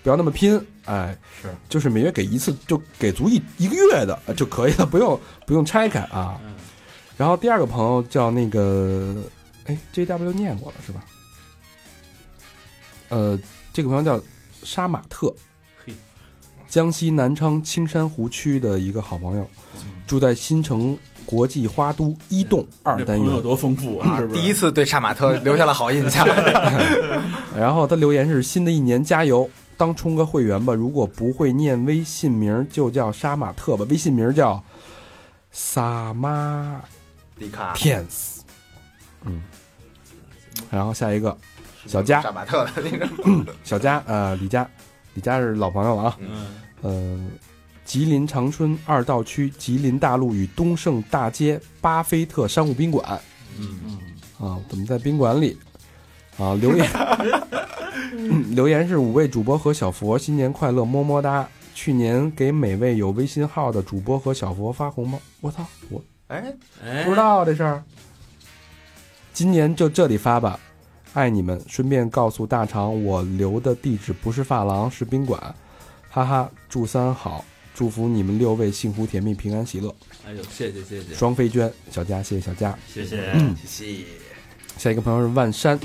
不要那么拼，哎，
是，
就是每月给一次，就给足一一个月的呃就可以了，不用不用拆开啊。
嗯
然后第二个朋友叫那个，哎，J W 念过了是吧？呃，这个朋友叫杀马特，江西南昌青山湖区的一个好朋友，住在新城国际花都一栋二
个，这
单
朋友
元。
多丰富啊！是不是
第一次对杀马 [laughs] 特留下了好印象。
然后他留言是：新的一年加油，当充个会员吧。如果不会念微信名，就叫杀马特吧。微信名叫萨马
你 [laughs] 看，
天斯。嗯，然后下一个小佳，
杀马特的那个
小佳，呃，李佳，李佳是老朋友了啊。
嗯，
呃，吉林长春二道区吉林大路与东盛大街巴菲特商务宾馆。嗯啊，我们在宾馆里啊留言， [laughs] 嗯留言是五位主播和小佛新年快乐，么么哒。去年给每位有微信号的主播和小佛发红包，我操，我
哎，
哎
不知道这事儿。今年就这里发吧，爱你们。顺便告诉大肠，我留的地址不是发廊，是宾馆。哈哈，祝三好，祝福你们六位幸福甜蜜、平安喜乐。
哎呦，谢谢谢谢，
双飞娟，小佳，谢谢小佳。嗯
谢谢。
谢谢，
下一个朋友是万山，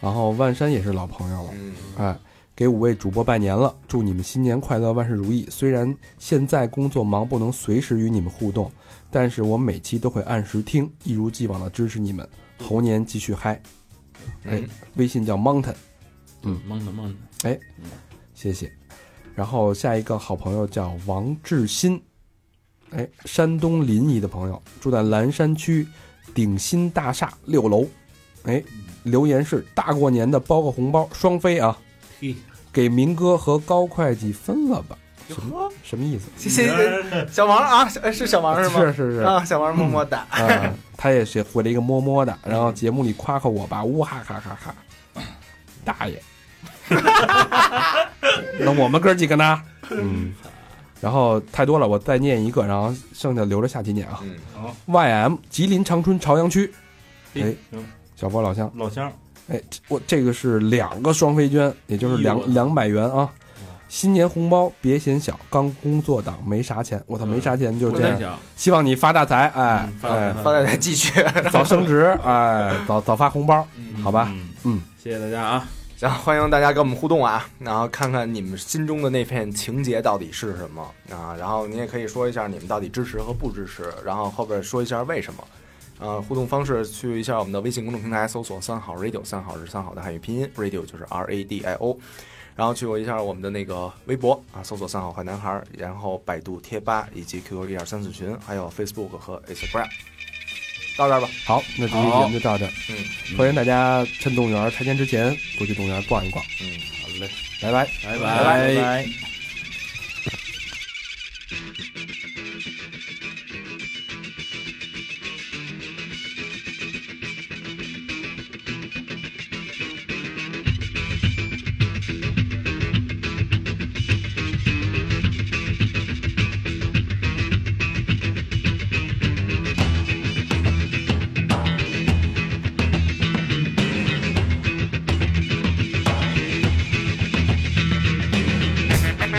然后万山也是老朋友了，
嗯，
哎，给五位主播拜年了，祝你们新年快乐，万事如意。虽然现在工作忙，不能随时与你们互动，但是我每期都会按时听，一如既往的支持你们。猴年继续嗨！哎
嗯，
微信叫 Mountain，
蒙的蒙的，
谢谢。然后下一个好朋友叫王志新，哎，山东临沂的朋友，住在蓝山区鼎新大厦六楼，哎，留言是大过年的包个红包，双飞啊，
嘿，
给明哥和高会计分了吧？什么什么意思？
谢谢小王啊，小哎是小王是吗？
是是是
啊，小王么么哒。
啊，他也是回了一个么么的，然后节目里夸夸我吧，呜哈哈哈哈，大爷，那我们哥几个呢？嗯，然后太多了，我再念一个，然后剩下留着下期念啊。
嗯，
YM 吉林长春朝阳区，哎
嘿，行
小波老乡，
老乡，
哎，这我这个是两个双飞捐，也就是
哎呦
两
我
两百元啊。新年红包别嫌小，刚工作党没啥钱，我操，没啥钱就是
我
这
在
样。
想，
希望你发大财，哎
发大财
哎，
发大家继续， [laughs]
早升职，哎，早早发红包，好吧？
嗯，
谢谢大家啊！
然后欢迎大家跟我们互动啊，然后看看你们心中的那片情节到底是什么啊，然后你也可以说一下你们到底支持和不支持，然后后边说一下为什么。呃，互动方式去一下我们的微信公众平台，搜索“三好 radio”，三好是三好的汉语拼音，radio 就是 R A D I O，然后去过一下我们的那个微博啊，搜索“三好坏男孩”，然后百度贴吧以及 QQ 一二三四群，还有 Facebook 和 Instagram，到这儿吧，
好，那这期节目就到这儿，
嗯，
欢迎大家趁动物园拆迁之前多去动物园逛一逛，
嗯，好嘞。
拜拜。
拜
拜拜。
Thank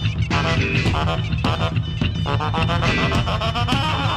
Thank you.